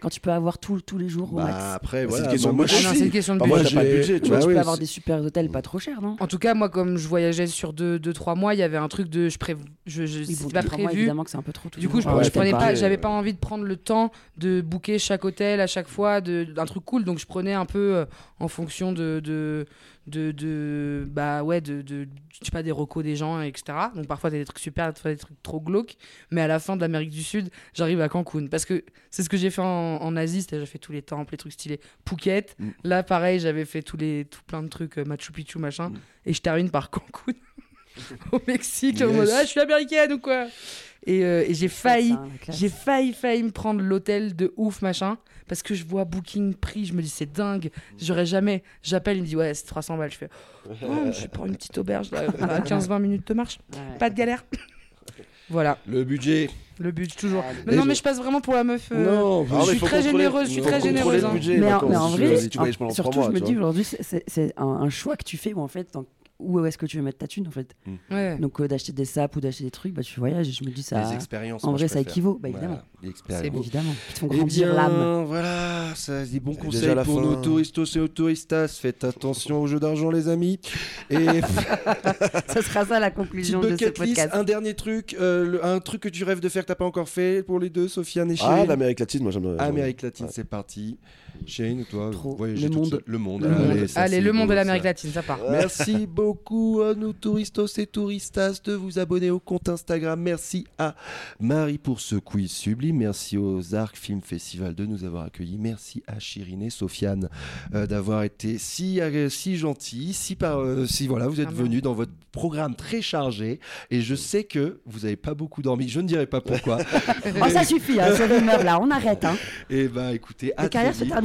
A: Quand tu peux avoir tout, tous les jours au
D: Bah,
A: max.
D: après,
B: C'est
D: voilà.
B: une question
D: bah,
B: de
D: moi,
B: budget.
C: Ah non,
D: je
C: c'est
D: suis-
C: une question de
D: bah,
B: Parfois,
C: budget.
B: t'as
D: j'ai-
B: pas le budget, tu
D: bah
B: vois. Mm.
A: Tu
D: oui,
A: peux avoir
D: c'est-
A: des super hôtels pas trop chers, non
C: En tout cas, moi, comme je voyageais sur 2-3 deux, deux, trois mois, il y avait un truc de. Je pré... je, je-
A: Oui,
C: c'était
A: bon,
C: pas
A: deux, trois mois,
C: prévu.
A: évidemment que c'est un peu trop. tous
C: Du
A: les
C: coup, je,
A: jours.
B: Ouais,
C: je
B: c'est
C: prenais
B: pareil,
C: pas, j'avais
B: ouais.
C: pas envie de prendre le temps de booker chaque hôtel à chaque fois, de- d'un truc cool. Donc, je prenais un peu euh, en fonction de, de, de, de- bah ouais, de, de- je sais pas, des recos des gens, etc. Donc, parfois, t'as des trucs super, parfois des trucs trop glauques. Mais à la fin de l'Amérique du Sud, j'arrive à Cancun. Parce que c'est ce que j'ai fait en, en Asie, c'est-à-dire j'ai fait tous les temples, les trucs stylés. Phuket,
D: Mm.
C: là, pareil, j'avais fait tous les, tout plein de trucs, euh, Machu Picchu, machin. Et je termine par Cancun. *laughs* Au Mexique, en
D: Yes.
C: mode, ah, je suis américaine ou quoi Et, euh, et j'ai failli
A: Ça, la classe.
C: j'ai failli, failli me prendre l'hôtel de ouf, machin, parce que je vois Booking prix, je me dis c'est dingue, j'aurais jamais. J'appelle, il me dit ouais, c'est 300 balles. Je fais, oh, je vais prendre une petite auberge, là, à 15-20 minutes de marche,
A: Ouais.
C: pas de galère. Voilà,
D: Le budget.
C: le budget toujours.
D: Ah,
C: Mais
D: les
C: non, mais
D: autres.
C: je passe vraiment pour la meuf. euh,
A: Oh,
D: non,
B: Ah, mais
C: je suis
B: faut
C: très
B: contrôler-
C: généreuse, je suis
B: faut
C: très
B: contrôler
C: généreuse,
B: le
C: hein.
B: budget,
A: Mais en,
B: d'accord,
A: mais en
B: si tu
A: vrai,
B: vas-y, tu voyages
A: en-
B: pendant
A: surtout,
B: trois mois,
A: je me
B: tu
A: dis
B: vois.
A: aujourd'hui, c'est- c'est c'est un, un choix que tu fais où en fait, dans- où est-ce que tu veux mettre ta thune en fait.
C: Ouais.
A: Donc euh, d'acheter des sapes ou d'acheter des trucs, bah tu voyages et je me dis ça.
D: Les expériences.
A: En
D: moi,
A: vrai,
D: je
A: ça
D: préfère.
A: équivaut, bah évidemment.
D: Voilà, les expériences.
C: C'est beau.
A: Évidemment, qui te font
D: Eh
A: grandir
D: bien,
A: l'âme. *laughs*
D: Voilà, ça, c'est des bons
B: C'est
D: conseils
B: déjà la
D: pour
B: fin.
D: nos touristos et nos touristas. Faites attention aux jeux d'argent,
A: *laughs*
D: les amis. Et
A: Ça sera ça la
D: petite
A: conclusion de ce
D: bucket list, *laughs*
A: podcast.
D: un dernier truc, euh, le- un truc que tu rêves de faire, que t'as pas encore fait pour les deux, Sofiane et
B: Ah,
D: Chérine.
B: l'Amérique latine, moi j'aime.
D: Amérique latine, c'est parti. Chérine ou toi
A: Trop.
D: voyagez
A: Le
D: toute
A: monde.
D: seule. Le monde.
A: Le monde.
D: ça,
C: Allez,
D: c'est
C: le monde
D: beau,
C: de l'Amérique
D: ça.
C: latine, ça part.
D: *laughs* Merci beaucoup à nous touristos et touristas de vous abonner au compte Instagram. Merci à Marie pour ce quiz sublime. Merci aux Arcs Film Festival de nous avoir accueillis. Merci à Chirine et Sofiane euh, d'avoir été si, agré- si gentils, si, par, euh, si voilà, vous êtes
C: Ah,
D: venus dans votre programme très chargé. Et je sais que vous n'avez pas beaucoup dormi. Je ne dirai
A: *laughs*
D: pas pourquoi.
A: Oh, ça suffit, hein, ces rumeurs là, on arrête. Hein.
D: et ben écoutez, à
A: Les
D: très
A: carrières se
D: vite.
A: terminent